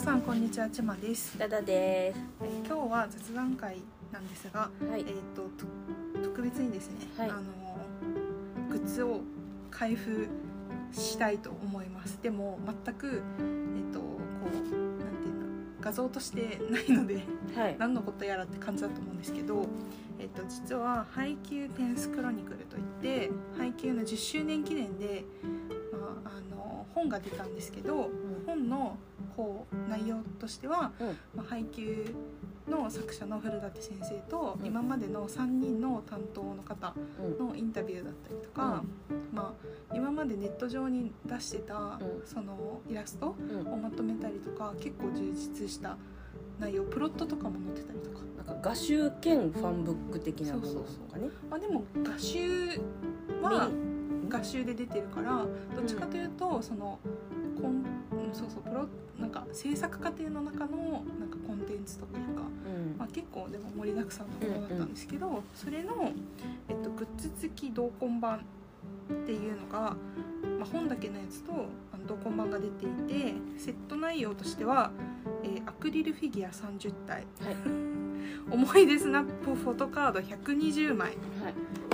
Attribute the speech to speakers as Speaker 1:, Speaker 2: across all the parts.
Speaker 1: さんこんにちはちまです。
Speaker 2: ダダで
Speaker 1: えー今日は雑談会なんですが、
Speaker 2: す。は
Speaker 1: え
Speaker 2: い
Speaker 1: っ、。とと特別にですね、
Speaker 2: はい
Speaker 1: あのーグッズを開封したいと思います。でも全くえっ、とこうなんていうの画像としてないの で
Speaker 2: はい。
Speaker 1: 何のことやらって感じだと思うんですけど、えっ、と実は配給テンスクロニクルといって配給の10周年記念で、まあ、あのー本が出たんですけど。本のこう内容としては、
Speaker 2: うん
Speaker 1: まあ、配給の作者の古舘先生と、
Speaker 2: うん
Speaker 1: 今までの3人の担当の方のインタビューだったりとか、まあ、今までネット上に出してた、
Speaker 2: うん
Speaker 1: そのイラスト
Speaker 2: うん。うん。
Speaker 1: をまとめたりとか結構充実した内容プロットとかも載ってたりとか、
Speaker 2: なんか画集兼ファンブック的なもの
Speaker 1: そう
Speaker 2: と
Speaker 1: そうそう
Speaker 2: かね。
Speaker 1: まあ、でも画集は
Speaker 2: に
Speaker 1: 画集で出てるからどっちかというと、そのこんうんそうそうプロなんか制作過程の中のなんかコンテンツとかいうか、
Speaker 2: うん
Speaker 1: まあ、結構でも盛りだくさんのものだったんですけど、それの、えっと、グッズ付き同梱版っていうのが、まあ、本だけのやつとあの同梱版が出ていてセット内容としては、えーアクリルフィギュア30体、
Speaker 2: はい
Speaker 1: 思い出スナップフォトカード120枚。
Speaker 2: はい。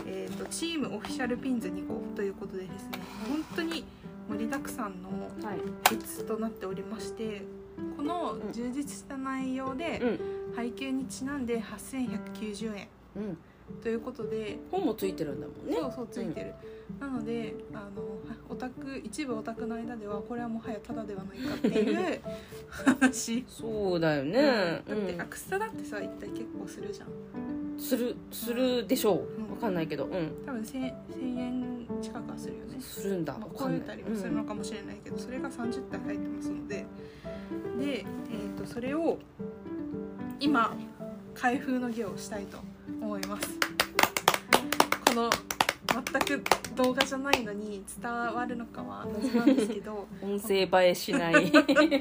Speaker 1: えー、とチームオフィシャルピンズ2個ということでですね本当に盛りだくさんの
Speaker 2: はい。
Speaker 1: グッズとなっておりましてこの充実した内容で
Speaker 2: うん
Speaker 1: 配給にちなんで8190円
Speaker 2: うん。
Speaker 1: ということで、
Speaker 2: 本もついてるんだもんね。
Speaker 1: そうそうついてる、なのであのオタク一部オタクの間ではこれはもはやただではないかっていう話。
Speaker 2: そうだよ ね。
Speaker 1: だってア
Speaker 2: う
Speaker 1: クスタだってさ一体結構するじゃん
Speaker 2: ん。するするでしょ
Speaker 1: うん
Speaker 2: う。わかんないけど。うん。
Speaker 1: 多分 1000, 1000円近くはするよね
Speaker 2: するんだ。わ
Speaker 1: まあ、
Speaker 2: か
Speaker 1: 超え
Speaker 2: んな
Speaker 1: た
Speaker 2: い。
Speaker 1: り
Speaker 2: う
Speaker 1: もする
Speaker 2: ん
Speaker 1: のかもしれないけど、それが30体入ってますのでで、えー、とそれを今開封の儀をしたいと思いますこの全く動画じゃないのに伝わるのかは謎なんですけ ど
Speaker 2: 音声映えしない。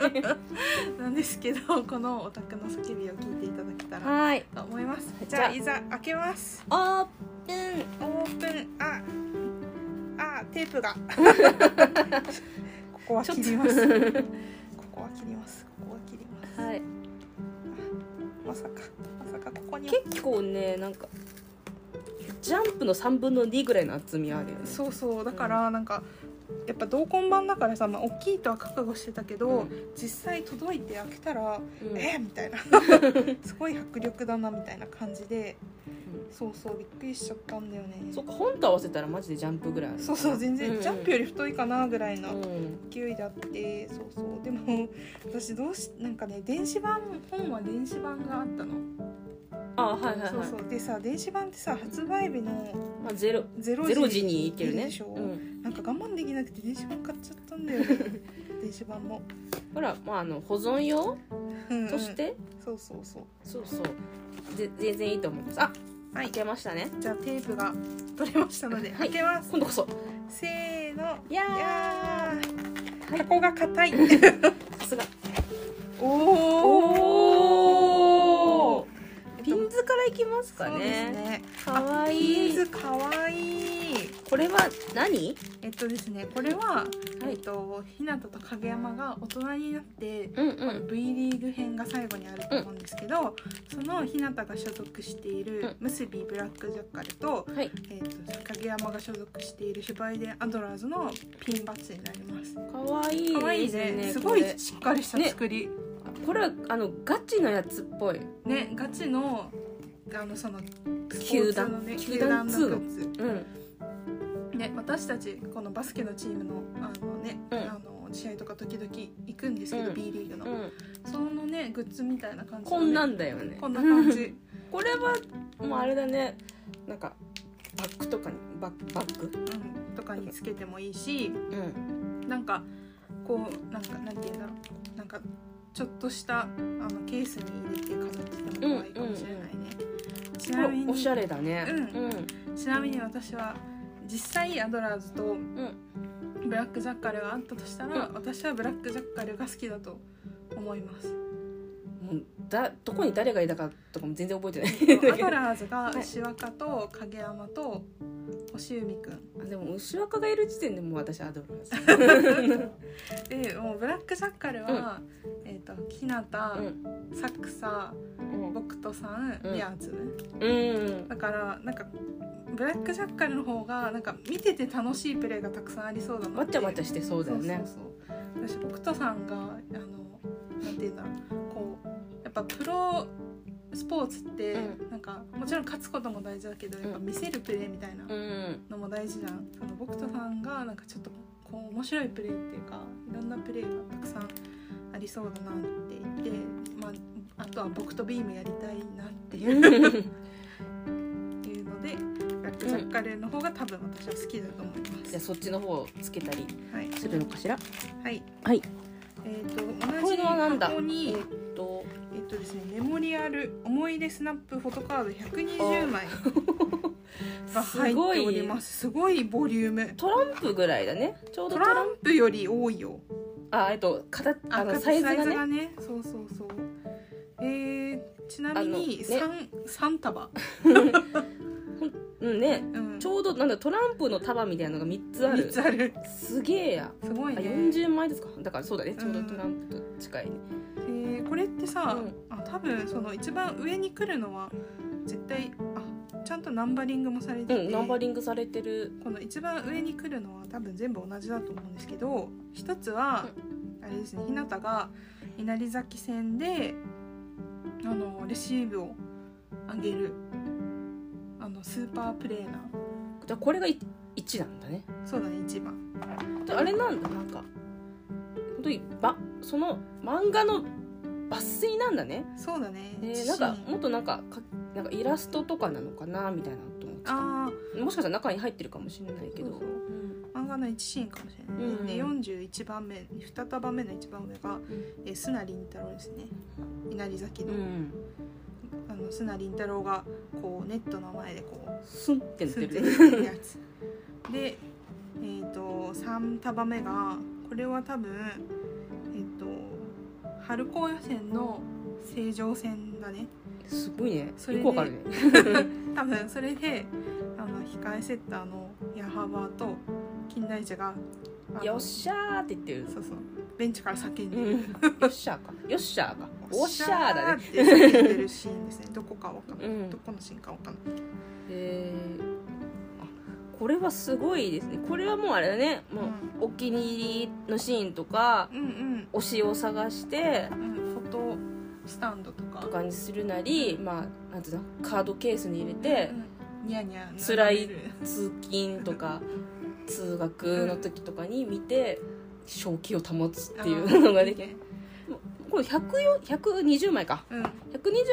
Speaker 1: なんですけどこのお宅の叫びを聞いていただけたら
Speaker 2: はい。
Speaker 1: と思いますじ
Speaker 2: じゃ
Speaker 1: ゃあ
Speaker 2: あ
Speaker 1: いざ開けます
Speaker 2: オープン。
Speaker 1: オープンああテープが ここは切りますここは切りますここは切ります、
Speaker 2: はい。
Speaker 1: まさかまさかここに
Speaker 2: 結構ねなんかジャンプの3分の2ぐらいの厚みあるよね。
Speaker 1: そうそうだからなんか、やっぱ同梱版だからさ、まあ、大きいとは覚悟してたけど、
Speaker 2: う
Speaker 1: 実際届いて開けたら、
Speaker 2: うん
Speaker 1: えーみ たいなすごい迫力だなみたいな感じでそうそうびっくりしちゃったんだよね
Speaker 2: そっか本と合わせたらマジでジャンプぐらいある
Speaker 1: そうそう全然、
Speaker 2: うん
Speaker 1: ジャンプより太いかなぐらいうの
Speaker 2: ん
Speaker 1: 勢いだってそうそうでも私どうしなんかね電子版本は電子版があったの、
Speaker 2: あはいはいはい
Speaker 1: そうそうでさ電子版ってさ発売日の
Speaker 2: まあ、ゼロ
Speaker 1: ゼロ
Speaker 2: ゼ
Speaker 1: 時
Speaker 2: ロ時にいけるね
Speaker 1: でしょ
Speaker 2: うん、
Speaker 1: なんか我慢できなくて電子版買っちゃったんだよ ね電子版も、
Speaker 2: ほら、まあ、あの保存用
Speaker 1: うんうん
Speaker 2: として、
Speaker 1: そうそうそう
Speaker 2: そうそうぜ全然いいと思いますあ
Speaker 1: はい
Speaker 2: いけましたね
Speaker 1: じゃあテープが取れましたので
Speaker 2: はい
Speaker 1: 開けます、
Speaker 2: 今度こそ
Speaker 1: せーの
Speaker 2: いや
Speaker 1: いや
Speaker 2: は
Speaker 1: ー
Speaker 2: い
Speaker 1: 箱が 硬い
Speaker 2: ーさすが
Speaker 1: おお
Speaker 2: おピンズからいきますか
Speaker 1: そうです
Speaker 2: ね
Speaker 1: ね
Speaker 2: かわ
Speaker 1: ピ
Speaker 2: い
Speaker 1: ン
Speaker 2: い
Speaker 1: ズかわいい
Speaker 2: これは何
Speaker 1: えっとですねこれは、
Speaker 2: はい
Speaker 1: えっとひなたと影山が大人になって
Speaker 2: うんうん、
Speaker 1: V リーグ編が最後にあると思うんですけど、そのひなたが所属している結びブラックジャッカルと,、
Speaker 2: はい
Speaker 1: えっと影山が所属しているシュバイデンアドラーズのピンバッジになります。
Speaker 2: かわいい
Speaker 1: 可愛い
Speaker 2: です
Speaker 1: ね
Speaker 2: ね
Speaker 1: す
Speaker 2: こ
Speaker 1: ごい
Speaker 2: れ
Speaker 1: しっかりした作り
Speaker 2: これはあのガチのやつっぽい
Speaker 1: ねガチのあのその
Speaker 2: 球団
Speaker 1: スポーツのね球
Speaker 2: 球
Speaker 1: 団
Speaker 2: 団
Speaker 1: の
Speaker 2: ツ
Speaker 1: グ
Speaker 2: ーの
Speaker 1: ッズ
Speaker 2: うん
Speaker 1: ね、私たちこのバスケのチームのあの、ね
Speaker 2: うん
Speaker 1: あの試合とか時々行くんですけど、
Speaker 2: うん
Speaker 1: B リーグの、
Speaker 2: うん
Speaker 1: そのねグッズみたいな感じの
Speaker 2: こ
Speaker 1: ね、
Speaker 2: んなんだよね
Speaker 1: こんな感じ
Speaker 2: これはもうあれだねなんかバッグとかにバッバッグ、
Speaker 1: うん、とかにつけてもいいし
Speaker 2: うん、
Speaker 1: なんかこうなんかなんていうんだろうなんかちょっとしたあのケースに入れて飾ってても可愛いかもしれないね、ちなみ
Speaker 2: これお
Speaker 1: に
Speaker 2: しゃれだね
Speaker 1: うん
Speaker 2: うん
Speaker 1: ちなみに私は実際アドラーズとブラックジャッカルがあったとしたら、私はブラックジャッカルが好きだと思います
Speaker 2: もうだどこに誰が いたかとかも全然覚えてない
Speaker 1: アドラーズが
Speaker 2: はい
Speaker 1: 石若と影山と星海くん
Speaker 2: あでも牛若がいる時点でもう私アドルです、
Speaker 1: でもうブラックジャッカルは、えっ、とひなた、
Speaker 2: うん
Speaker 1: サクサ僕とさん
Speaker 2: うん
Speaker 1: リアーズ、
Speaker 2: うん
Speaker 1: だからなんかブラックジャッカルの方がなんか見てて楽しいプレーがたくさんありそうだな
Speaker 2: わちゃわちゃ
Speaker 1: し
Speaker 2: してそうだよね
Speaker 1: そうそう私北斗さんがあのなんていうんだろうこうやっぱプロスポーツって、
Speaker 2: う
Speaker 1: なんかもちろん勝つことも大事だけどやっぱ見せるプレーみたいな
Speaker 2: うん
Speaker 1: のも大事じゃん、その北斗さんがなんかちょっとこう面白いプレーっていうかいろんなプレーがたくさんありそうだなって言って、まあ、あとは僕とビームやりたいなっていう いうのでブラックジャッカルの方が多分私は好きだと思いま
Speaker 2: じゃあ
Speaker 1: す。
Speaker 2: そっちの方をつけたり
Speaker 1: はい、
Speaker 2: するのかしら
Speaker 1: はい、
Speaker 2: はい
Speaker 1: えっ、と
Speaker 2: こ
Speaker 1: 同
Speaker 2: れ
Speaker 1: じ
Speaker 2: はなんだ
Speaker 1: 箱
Speaker 2: え
Speaker 1: に
Speaker 2: っと
Speaker 1: えっ、とですねメモリアル思い出スナップフォトカード120枚が入
Speaker 2: す
Speaker 1: って
Speaker 2: ご
Speaker 1: おり
Speaker 2: い
Speaker 1: ます。すごいボリューム。
Speaker 2: トランプぐらいだねちょうど
Speaker 1: ト
Speaker 2: トラン
Speaker 1: ランプより多いよ。
Speaker 2: あえっと形あの
Speaker 1: 赤
Speaker 2: サイズがね
Speaker 1: そうそうそう。えー、ちなみに
Speaker 2: あのね
Speaker 1: 三三、束。
Speaker 2: うんね
Speaker 1: うん。
Speaker 2: ちょうどなんだトランプの束みたいなのが3つあ
Speaker 1: 三
Speaker 2: る
Speaker 1: つある。
Speaker 2: すげえや
Speaker 1: すごい
Speaker 2: あ
Speaker 1: ね。
Speaker 2: 40枚ですかだからそうだねちょうど
Speaker 1: うん
Speaker 2: トランプと近いね
Speaker 1: えーこれってさ、
Speaker 2: うん
Speaker 1: あ多分その一番上に来るのは絶対あちゃんとナンバリングもされて
Speaker 2: う
Speaker 1: て、
Speaker 2: んナンバリングされてる
Speaker 1: この一番上に来るのは多分全部同じだと思うんですけど一つは、あれですねひなたが稲荷崎戦であのレシーブを上げるあのスーパープレーな
Speaker 2: じゃあこれがい1なんだね
Speaker 1: そうだね一番
Speaker 2: であれなんだなんか本当にばその漫画の抜粋なんだね、
Speaker 1: そうだね、
Speaker 2: えー
Speaker 1: 自
Speaker 2: なん
Speaker 1: 信
Speaker 2: かもっとなんかかなんかイラストとかなのかなみたいなと思ってた
Speaker 1: ああ
Speaker 2: もしかしたら中に入ってるかもしれないけど
Speaker 1: そうそう漫画の一シーンかもしれない、
Speaker 2: うん
Speaker 1: で41番目2束目の一番上が、えー、砂林太郎ですね稲荷崎
Speaker 2: う
Speaker 1: の,、
Speaker 2: ん
Speaker 1: あの砂林太郎がこうネットの前でこ
Speaker 2: スンって
Speaker 1: う
Speaker 2: なっ
Speaker 1: す
Speaker 2: て
Speaker 1: ん
Speaker 2: る
Speaker 1: てるやつでえっ、と3束目がこれは多分えっ、と春高野戦の正常戦だね
Speaker 2: すごいね
Speaker 1: それ
Speaker 2: よ
Speaker 1: で
Speaker 2: くわかるね
Speaker 1: 多分それであの控えセッターの矢幅と金田一があの
Speaker 2: よっしゃーって言ってる
Speaker 1: そうそうベンチから叫んで
Speaker 2: うん
Speaker 1: る、
Speaker 2: よっしゃーかよっしゃーかおっしゃー
Speaker 1: お
Speaker 2: だね
Speaker 1: っしゃーって叫んでるシーンですね。どこかわかんない。
Speaker 2: うん
Speaker 1: どこのシーンかわかんない。
Speaker 2: えーあこれはすごいですねこれはもうあれだねもうお気に入りのシーンとか
Speaker 1: うん
Speaker 2: 推しを探して
Speaker 1: うん。うん、フォトスタンドとか。
Speaker 2: とかにするなり、まあ、なんていうのカードケースに入れて
Speaker 1: う、ん、ニヤニヤ。
Speaker 2: 辛い通勤とか通学の時とかに見て正気を保つっていうのができる
Speaker 1: る。
Speaker 2: これ104 120枚か
Speaker 1: うん、
Speaker 2: 120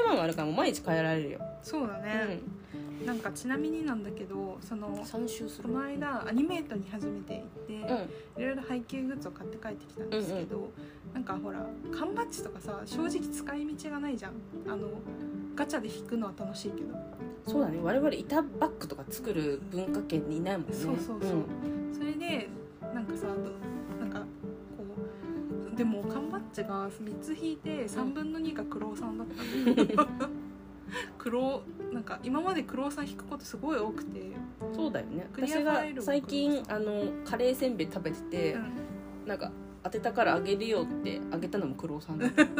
Speaker 2: 枚もあるからもう毎日変えられるよ、
Speaker 1: そうだ
Speaker 2: う
Speaker 1: ね、
Speaker 2: ん、
Speaker 1: なんかちなみになんだけど、その。
Speaker 2: 3周す
Speaker 1: こ
Speaker 2: る
Speaker 1: の間アニメートに初めて行っ
Speaker 2: う
Speaker 1: て、
Speaker 2: ん
Speaker 1: いろいろ配給グッズを買って帰ってきたんですけど、なんかほら缶バッジとかさ正直使い道がないじゃんあのガチャで引くのは楽しいけど
Speaker 2: そうだね我々板バッグとか作る文化圏にいないもんね
Speaker 1: そうそうそうそれでなんかさあとなんかこうでも缶バッジが3つ引いて3分の2がクロさんだったんだけ どクロなんか今までクロさん引くことすごい多くて、
Speaker 2: うんそうだよね
Speaker 1: クリア
Speaker 2: 私が
Speaker 1: ファイルを
Speaker 2: 最近あのカレーせんべい食べてて、
Speaker 1: うん
Speaker 2: なんか当てたからあげるよってあげたのも黒尾さんだった
Speaker 1: な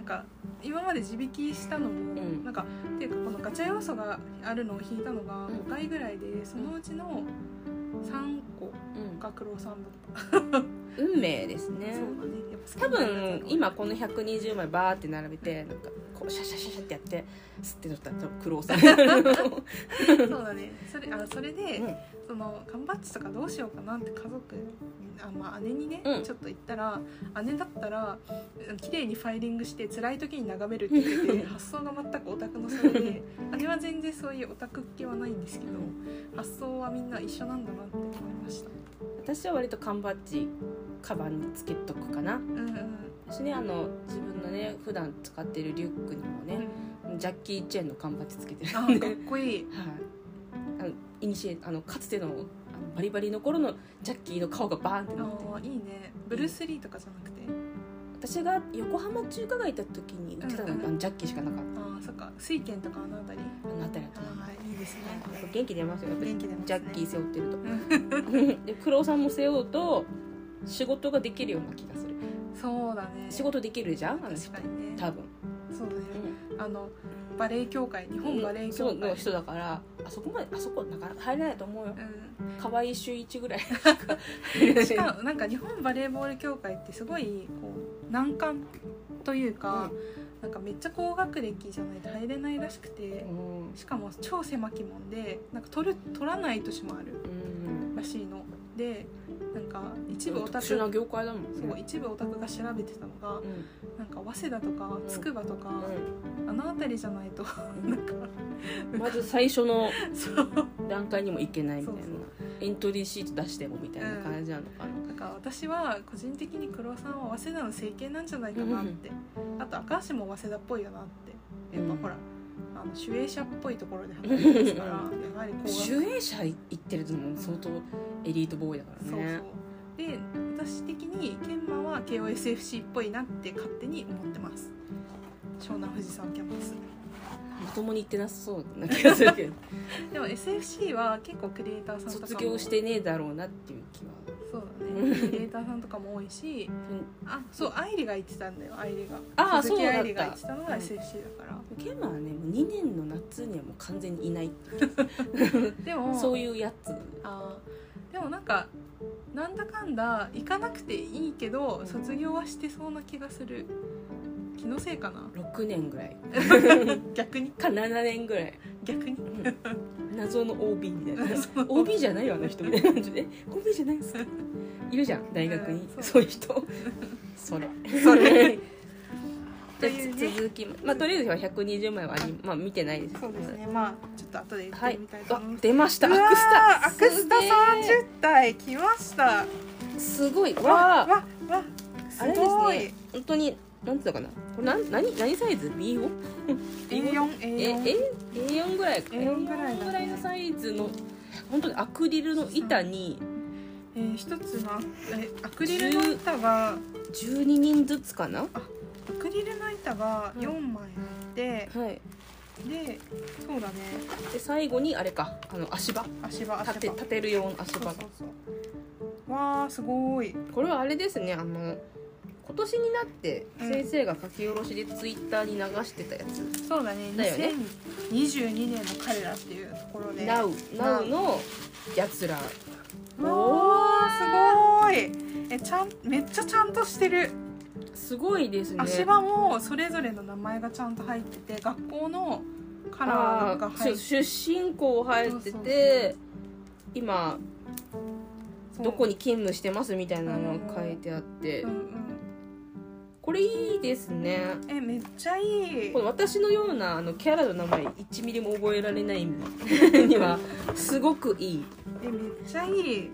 Speaker 1: んか今まで地引きしたのも、
Speaker 2: ん
Speaker 1: なんかっていうかこのガチャ要素があるのを引いたのが
Speaker 2: うん
Speaker 1: 5回ぐらいでそのうちの3個がクロさんだった、
Speaker 2: 運命ですね
Speaker 1: そうだねやっぱ
Speaker 2: 多分今この120枚バーって並べてなんかこうシャシャシャシャってやって吸って取ったら多分黒尾さ ん
Speaker 1: そうだねそれあそれで、
Speaker 2: うん
Speaker 1: その缶バッジとかどうしようかなって家族あ、まあ、姉にね、
Speaker 2: うん
Speaker 1: ちょっと言ったら姉だったらうん綺麗にファイリングして辛い時に眺めるって言って て発想が全くオタクのそれで姉は全然そういうオタク系はないんですけど、発想はみんな一緒なんだなって思いました。
Speaker 2: 私は割と缶バッジカバンにつけとくかな
Speaker 1: うんうん
Speaker 2: 私ねあの自分のね普段使ってるリュックにもねジャッキー・チェンの缶バッジつけてる
Speaker 1: あ
Speaker 2: ん
Speaker 1: か
Speaker 2: で
Speaker 1: っこいい。
Speaker 2: はいあのイニシエあのかつてのあのバリバリの頃のジャッキーの顔がバーンって
Speaker 1: あ
Speaker 2: なって
Speaker 1: ーいいね。ブルースリーとかじゃなくて。
Speaker 2: 私が横浜中華街行った時に売ってたの
Speaker 1: うんうん
Speaker 2: がジャッキしかなかっ
Speaker 1: ああそっか水軒とかあの辺り
Speaker 2: たあの辺りだと思う
Speaker 1: はいいいですね
Speaker 2: 元気出ますよやっぱり
Speaker 1: 元気出ますね
Speaker 2: ジャッキー背負ってると で黒尾さんも背負うと仕事ができるような気がする
Speaker 1: そうだね
Speaker 2: 仕事できるじゃんあの人
Speaker 1: 確かにね
Speaker 2: 多分、
Speaker 1: そうだね
Speaker 2: うん
Speaker 1: あのバレエ協会日本バレエ
Speaker 2: そ
Speaker 1: 協
Speaker 2: うの
Speaker 1: 会
Speaker 2: 人だからあそこまであそこなかなか入れないと思うよ
Speaker 1: うん
Speaker 2: 河合週一ぐらい
Speaker 1: しかもなんか日本バレーボール協会ってすごいこう難関というか、なんかめっちゃ高学歴じゃないと入れないらしくて
Speaker 2: うん
Speaker 1: しかも超狭き門でなんか取る取らない年もある
Speaker 2: うん
Speaker 1: らしいのでなんか一部オタ
Speaker 2: 特
Speaker 1: ク
Speaker 2: 殊な
Speaker 1: そ
Speaker 2: 業界だもんね
Speaker 1: う一部オタクが調べてたのが
Speaker 2: うん
Speaker 1: なんか早稲田とか
Speaker 2: ん
Speaker 1: 筑波とか、あの辺りじゃない となんか
Speaker 2: うんまず最初の
Speaker 1: そう
Speaker 2: 段階にも行けないみたいな
Speaker 1: そう
Speaker 2: エントリーシート出してもみたいな感じなのかな、
Speaker 1: なんか私は個人的に黒尾さんは早稲田の整形なんじゃないかなって、あと赤橋も早稲田っぽいよなってやっぱほら、あの守衛者っぽいところで働いてますからやはりこう
Speaker 2: 主演者行ってるとも相当エリートボーイだから
Speaker 1: そう
Speaker 2: ね
Speaker 1: そうで私的に研磨は KOSFC っぽいなって勝手に思ってます湘南富士山キャンパス
Speaker 2: まともに行ってなさそうな気がす るけど
Speaker 1: でも SFC は結構クリエイターさんとかも
Speaker 2: 卒業してねえだろうなっていう気は
Speaker 1: そうだねクリエイターさんとかも多いしあそう愛梨が言ってたんだよ愛梨が
Speaker 2: あー
Speaker 1: 鈴木
Speaker 2: そうだった
Speaker 1: 愛梨が言ってたのが
Speaker 2: うん
Speaker 1: SFC だから、
Speaker 2: ケンマはねもう2年の夏にはもう完全にいないって
Speaker 1: でも
Speaker 2: そういうやつ
Speaker 1: あーでもなんかなんだかんだ行かなくていいけど卒業はしてそうな気がする気のせいかな
Speaker 2: 6年ぐらい
Speaker 1: 逆に
Speaker 2: か7年ぐらい、
Speaker 1: 逆に
Speaker 2: うん、謎の OB みたいな
Speaker 1: そう
Speaker 2: OB じゃないよあの人みたいな感じで OB じゃないんですかいるじゃん大学に、
Speaker 1: うん
Speaker 2: そ
Speaker 1: そう
Speaker 2: いう人それ
Speaker 1: それ
Speaker 2: じ
Speaker 1: と
Speaker 2: ゃ
Speaker 1: いう
Speaker 2: あ
Speaker 1: ね
Speaker 2: 続きままあとりあえずは120枚はありまあ見てないですけ
Speaker 1: そう
Speaker 2: ど
Speaker 1: ですねまあちょっと後で行
Speaker 2: は
Speaker 1: っ
Speaker 2: い
Speaker 1: てみたいと
Speaker 2: あ
Speaker 1: 思います、
Speaker 2: 出ました
Speaker 1: うわ
Speaker 2: アクスタ
Speaker 1: ーアクスタ
Speaker 2: すげー
Speaker 1: 30体来ました
Speaker 2: すごいわ
Speaker 1: わわ
Speaker 2: あ
Speaker 1: わす
Speaker 2: あれです
Speaker 1: ごい、
Speaker 2: ね本当になんつうのかなこれなん何何サイズ B5 え
Speaker 1: A4A4
Speaker 2: え A4 ぐらいか
Speaker 1: A4 ぐらいだね
Speaker 2: A4 ぐらいのサイズの本当にアクリルの板に
Speaker 1: えー、一つのえアクリルの板が
Speaker 2: 12人ずつかな
Speaker 1: アクリルの板が4枚あって、
Speaker 2: はい
Speaker 1: でそうだね
Speaker 2: で最後にあれかあの足場
Speaker 1: 足場足場
Speaker 2: 立て立てる用の足
Speaker 1: そう
Speaker 2: 場
Speaker 1: そう
Speaker 2: が
Speaker 1: そうわあすごい
Speaker 2: これはあれですねあの今年になって
Speaker 1: うん
Speaker 2: 先生が書き下ろしでツイッターに流してたやつ
Speaker 1: そうだね
Speaker 2: だよね
Speaker 1: 2022年の彼らっていうところ
Speaker 2: 「
Speaker 1: で
Speaker 2: NOW」
Speaker 1: Now
Speaker 2: Now のやつら
Speaker 1: おーすごいえちゃんめっちゃちゃんとしてる、
Speaker 2: すごいですね
Speaker 1: 足場もそれぞれの名前がちゃんと入ってて学校のカラーが
Speaker 2: あ
Speaker 1: 入
Speaker 2: ーそう
Speaker 1: って
Speaker 2: 出身校入っ
Speaker 1: そ
Speaker 2: て
Speaker 1: うそう
Speaker 2: て今
Speaker 1: そう
Speaker 2: どこに勤務してますみたいなのが書いてあって
Speaker 1: うんうん
Speaker 2: これいいですね
Speaker 1: えめっちゃいい
Speaker 2: この私のようなあのキャラの名前1ミリも覚えられないにはすごくいい
Speaker 1: えめっちゃいい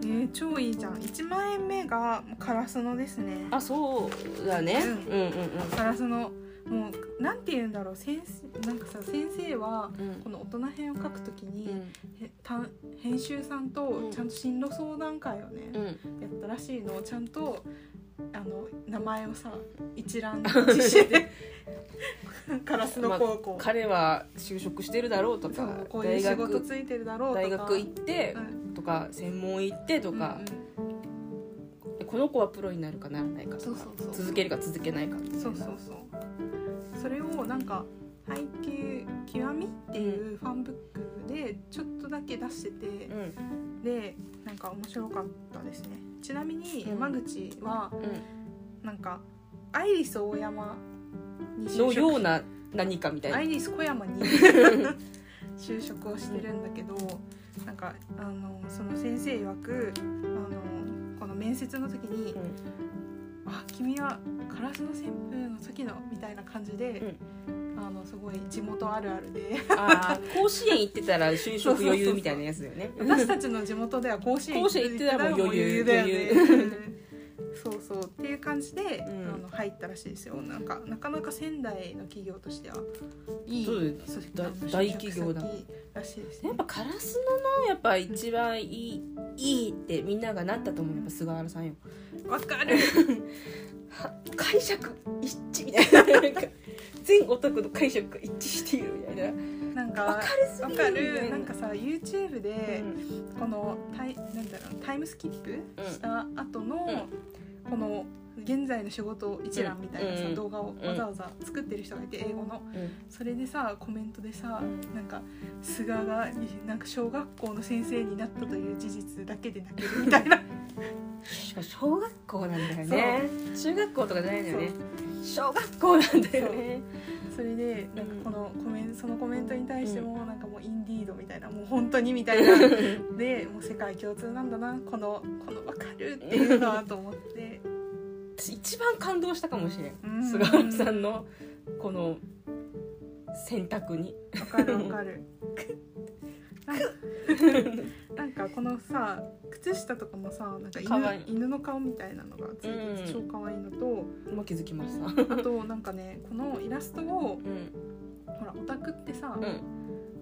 Speaker 1: えー超いいじゃん1万円目がカラスのですね
Speaker 2: あそうだね、
Speaker 1: うん
Speaker 2: うん、うんうん
Speaker 1: カラスのもうなんて言うんだろう先生なんかさ先生は
Speaker 2: うん
Speaker 1: この大人編を書くとき
Speaker 2: う
Speaker 1: に、
Speaker 2: ん
Speaker 1: へた編集さんとちゃんと進路相談会をね、
Speaker 2: うん
Speaker 1: やったらしいのをちゃんとあの名前をさ一 覧してカラスの高校、
Speaker 2: 彼は就職してるだろうと
Speaker 1: そ
Speaker 2: か
Speaker 1: うこういう
Speaker 2: 大
Speaker 1: 仕事
Speaker 2: 学
Speaker 1: ついてるだろうとか
Speaker 2: 大学行って
Speaker 1: うん
Speaker 2: とか専門行ってとか、
Speaker 1: うん
Speaker 2: でこの子はプロになるかならないか
Speaker 1: そ
Speaker 2: と
Speaker 1: う
Speaker 2: か
Speaker 1: そうそう
Speaker 2: 続けるか続けないかみたいな
Speaker 1: そうそうそうそれをなんか「配給極み」っていうファンブックでちょっとだけ出してて、
Speaker 2: うん
Speaker 1: でなんか面白かったですねちなみに
Speaker 2: うん
Speaker 1: 山口は
Speaker 2: う
Speaker 1: なんかアイリス大山に
Speaker 2: ん、のよう
Speaker 1: な
Speaker 2: な何かみたいな
Speaker 1: アイリス小山 に就職をしてるんだけどなんかあのその先生曰くあのこの面接の時に
Speaker 2: うん
Speaker 1: 「あ君はカラスの旋風の時の」みたいな感じで、あのすごい地元あるあるで
Speaker 2: あー 甲子園行ってたら就職余裕みたいなやつだよね
Speaker 1: 私たちの地元では甲子園
Speaker 2: 甲子園行ってたらもう余裕
Speaker 1: だよね
Speaker 2: 余裕
Speaker 1: うん そうそうっていう感じで、
Speaker 2: うん
Speaker 1: あの入ったらしいですよなんかなかなか仙台の企業としてはいい
Speaker 2: そうで
Speaker 1: そう
Speaker 2: だ
Speaker 1: あの
Speaker 2: 大企業だ
Speaker 1: 集客先らしいです
Speaker 2: や
Speaker 1: ね
Speaker 2: っぱカラスののやっぱ一番いいいいってみんながなったと思うやっぱ菅原さんよ
Speaker 1: わか る
Speaker 2: は 解釈一致みたいななんか全オタクの解釈が一致しているみたいな
Speaker 1: なんか
Speaker 2: わかるす
Speaker 1: わ
Speaker 2: ぎ
Speaker 1: か
Speaker 2: みたい
Speaker 1: るなんかさ YouTube で、このタイなんだろうタイムスキップ
Speaker 2: うん
Speaker 1: した後の、この現在の仕事一覧みたいなさ、
Speaker 2: うん
Speaker 1: 動画を
Speaker 2: うん
Speaker 1: わざわざ作ってる人がいて英語の
Speaker 2: うん
Speaker 1: それでさコメントでさなんか菅がなんか小学校の先生になったという事実だけで泣けるみた いな
Speaker 2: しかも小学校なんだよね中学校とかじゃないんだよね小学校なんだよね
Speaker 1: それでなんかこのコメンそのコメントに対してもなんかもうインディードみたいなもう本当にみたいなでもう世界共通なんだなこのこの分かるっていうなと思って。
Speaker 2: 私一番感動したかもしれん
Speaker 1: うん
Speaker 2: 菅原さんのこの選択に
Speaker 1: わかるわかる。なんかこのさ靴下とかもさなんか犬
Speaker 2: かわいい
Speaker 1: 犬の顔みたいなのがついてて超
Speaker 2: うん
Speaker 1: 可愛いのと、
Speaker 2: 今気づきました
Speaker 1: あとなんかねこのイラストを
Speaker 2: うん
Speaker 1: ほらオタクってさ、
Speaker 2: うん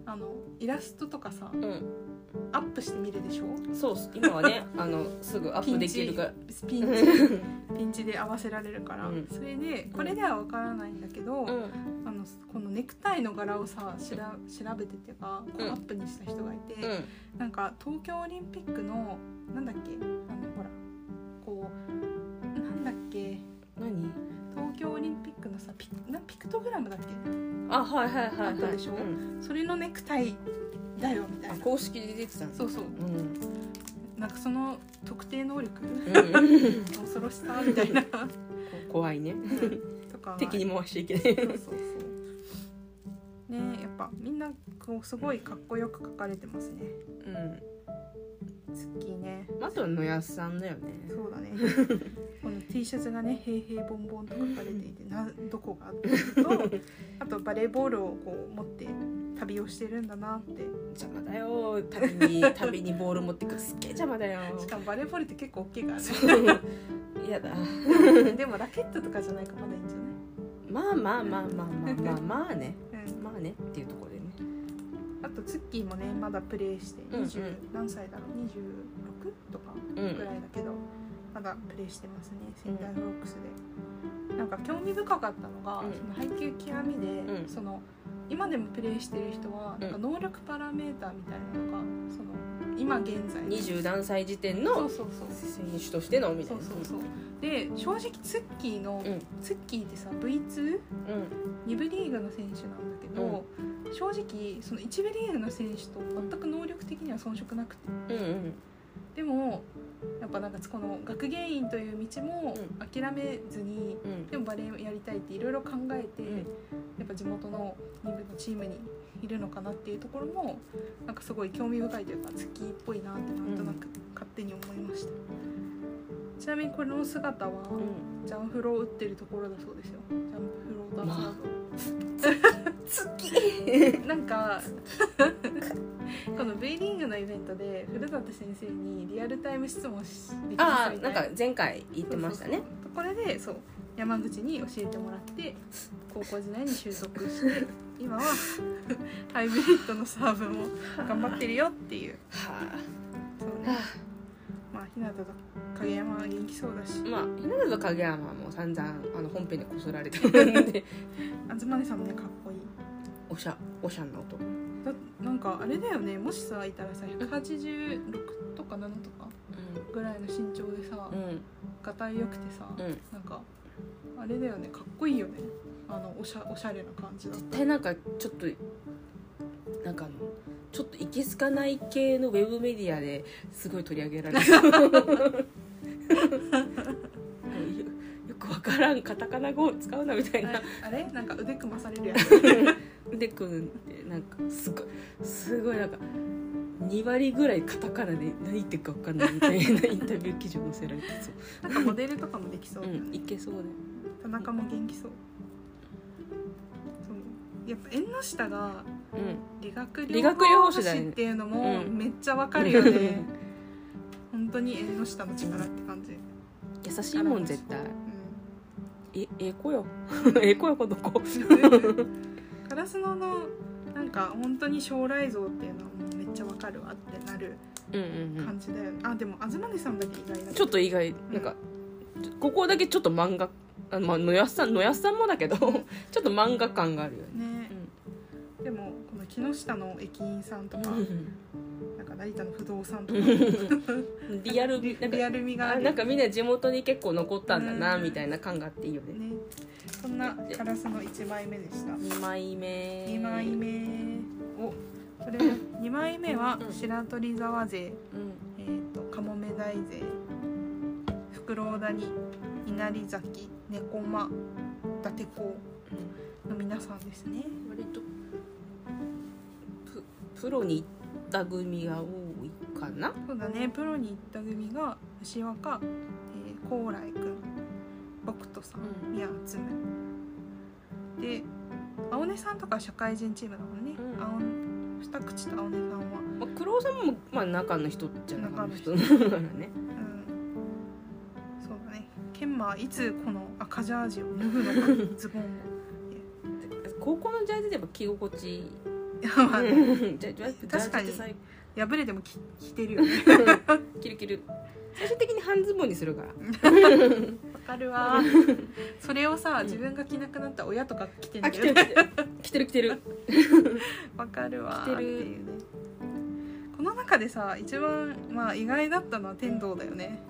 Speaker 1: あのイラストとかさ
Speaker 2: うん
Speaker 1: アップして見るでしょ
Speaker 2: そうっす今は ねあのすぐアップできるから
Speaker 1: ピ
Speaker 2: う
Speaker 1: ン
Speaker 2: ん
Speaker 1: チピンチで合わせられるから、
Speaker 2: うん
Speaker 1: それでこれではわからないんだけど、
Speaker 2: うん
Speaker 1: あのこのネクタイの柄をさしら調べてっていうかこう
Speaker 2: うん
Speaker 1: アップにした人がいて。
Speaker 2: うん
Speaker 1: なんか東京オリンピックのなんだっけあのほらこうなんだっけ
Speaker 2: 何
Speaker 1: 東京オリンピックのさピなピクトグラムだっけ
Speaker 2: あはいはいはいはい
Speaker 1: あったでしょ
Speaker 2: うん
Speaker 1: それのネクタイだよみた
Speaker 2: あ
Speaker 1: いな
Speaker 2: 公式で出てたんだ
Speaker 1: そうそう
Speaker 2: うん
Speaker 1: なんかその特定能力
Speaker 2: うん
Speaker 1: の恐ろしさみたいな
Speaker 2: 怖いね
Speaker 1: とかは
Speaker 2: 敵に回していけな
Speaker 1: そ
Speaker 2: いう
Speaker 1: そうそうねえやっぱみんなこうすごいかっこよく描かれてますね
Speaker 2: う
Speaker 1: 好きね
Speaker 2: んあとは野安さんだよね
Speaker 1: そう だねこの T シャツがね「平平ボンボン」と書かれていてなどこがあってのとあとバレーボールをこう持って旅をしてるんだなって
Speaker 2: 邪魔だよ旅 に旅にボール持ってくるすっげえ邪魔 だよ
Speaker 1: しかもバレーボールって結構大きいから
Speaker 2: そうやだ
Speaker 1: ね でもラケットとかじゃないかまだいいんじゃ
Speaker 2: まあまあまあまあまあまあまあね
Speaker 1: ない、うん
Speaker 2: まあねっていうところでね
Speaker 1: あとツッキーもねまだプレイして
Speaker 2: うんうん
Speaker 1: 20、何歳だろう26とか
Speaker 2: うん
Speaker 1: ぐらいだけど、まだプレイしてますね仙台フロックスで、なんか興味深かったのが、
Speaker 2: うん
Speaker 1: その配球極みで、
Speaker 2: うん
Speaker 1: その今でもプレイしてる人は
Speaker 2: ん
Speaker 1: なんか能力パラメーターみたいなのがその今現在
Speaker 2: 20何歳時点
Speaker 1: そ
Speaker 2: の
Speaker 1: うそうそう
Speaker 2: 選手としてのみた
Speaker 1: そ
Speaker 2: いうな
Speaker 1: そうそうで正直ツッキーの、
Speaker 2: うん
Speaker 1: ツッキーってさ V22 部リーグの選手なんだけど、正直その1部リーグの選手と全く能力的には遜色なくて
Speaker 2: うんうん
Speaker 1: でもやっぱなんかこの学芸員という道も諦めずに、
Speaker 2: うんうん
Speaker 1: でもバレエをやりたいっていろいろ考えて、
Speaker 2: うん
Speaker 1: やっぱ地元の2部のチームにいるのかなっていうところもなんかすごい興味深いというか月っぽいなってなんとなく勝手に思いました、ちなみにこの姿はジャンフロを打ってるところだそうですよジャンフローダンサーズを
Speaker 2: 好き
Speaker 1: なんかこの V リーグのイベントで古舘先生にリアルタイム質問しできます
Speaker 2: あ
Speaker 1: みたい
Speaker 2: あなん
Speaker 1: な
Speaker 2: か前回言ってました
Speaker 1: そ
Speaker 2: ね
Speaker 1: うそうそうこれでそう山口に教えてもらって高校時代に習得 して今はハイブリッドのサーブも頑張ってるよっていう
Speaker 2: は
Speaker 1: そう
Speaker 2: あ
Speaker 1: ねまあ日向と影山は元気そうだし
Speaker 2: まあ日向と影山はもう散々あの本編でこそられてるんで
Speaker 1: 東根さんもねかっこいい
Speaker 2: おしゃおしゃんな音
Speaker 1: だなんかあれだよねもしさいたらさ186とか7とかぐらいの身長でさ、
Speaker 2: うんうん
Speaker 1: がたいよくてさ、
Speaker 2: うん
Speaker 1: なんかあれだよねかっこいいよねあのおしゃおしゃれな感じだっ
Speaker 2: 絶
Speaker 1: た
Speaker 2: 対なんかちょっとなんかあのちょっといけすかない系のウェブメディアですごい取り上げられるよよくわからんカタカナ語を使うなみたいな
Speaker 1: あれなんか腕組まされるやつ
Speaker 2: でくんってなんかすごいすごいなんか2割ぐらいカタカナで何言ってるかわかんないみたいなインタビュー記事を載せられてそう、
Speaker 1: なんかモデルとかもできそう
Speaker 2: う
Speaker 1: だよね
Speaker 2: ん、いけそうだよ
Speaker 1: 田中も元気そうそうやっぱ縁の下が
Speaker 2: う
Speaker 1: 理学
Speaker 2: 理学療
Speaker 1: 療
Speaker 2: 法
Speaker 1: 法
Speaker 2: 士
Speaker 1: 士
Speaker 2: だよね
Speaker 1: っていうのも
Speaker 2: うん
Speaker 1: めっちゃわかるよね、本当に縁の下の力って感じ
Speaker 2: ん優しいもん絶対えええ子よ ええ子よこの子
Speaker 1: カラスノのなんか本当に将来像っていうのはもうめっちゃわかるわってなる
Speaker 2: うんうん、うん
Speaker 1: 感じだよね、あでも東根さんだけ意外だ
Speaker 2: ちょっと意外なんかちょここだけちょっと漫画あまあ野安さん野安さんもだけど ちょっと漫画感があるよね
Speaker 1: ね、でもこの木下の駅員さんと か、なんか成田の不動産とか
Speaker 2: うんリアルなんか
Speaker 1: リアル味があ
Speaker 2: あ
Speaker 1: る
Speaker 2: なんかみんな地元に結構残ったんだな
Speaker 1: うん
Speaker 2: みたいな感があっていいよね
Speaker 1: ねそんなカラスの1枚目でした
Speaker 2: 2枚目
Speaker 1: 2枚目をこれ2枚目は
Speaker 2: うん
Speaker 1: 白鳥沢勢
Speaker 2: うん
Speaker 1: えー、とカモメ大勢フクロウダニ稲荷崎猫間伊達公の皆さんですね
Speaker 2: 割とププロに行った組が多いかな
Speaker 1: そうだねプロに行った組が牛若、えー、高麗くん僕とさ
Speaker 2: うん
Speaker 1: ん宮津むで青根さんとか社会人チームだもんね、
Speaker 2: うん
Speaker 1: 青根二口と青根さんは、
Speaker 2: まあ、黒尾さんも、まあ、中の人じゃなかった人だからね
Speaker 1: うん、そうだね研磨はいつこの赤ジャージを脱ぐのかズ ボンを
Speaker 2: 高校のジャージでやっぱ着心地い
Speaker 1: い
Speaker 2: い
Speaker 1: やまあね
Speaker 2: ジャジャジャ
Speaker 1: 確か
Speaker 2: ージ
Speaker 1: に
Speaker 2: って最
Speaker 1: 破れてもき 着てるよね
Speaker 2: 高着る着る最終的に半ズボンにするから
Speaker 1: わかるわ それをさ自分が着なくなった親とか着てんだ
Speaker 2: あ着て
Speaker 1: よ
Speaker 2: る
Speaker 1: ね
Speaker 2: 着 てる着てる着てる
Speaker 1: わかるわ
Speaker 2: 着て
Speaker 1: ー
Speaker 2: る
Speaker 1: っていうねこの中でさ一番、まあ、意外だったのは天童だよね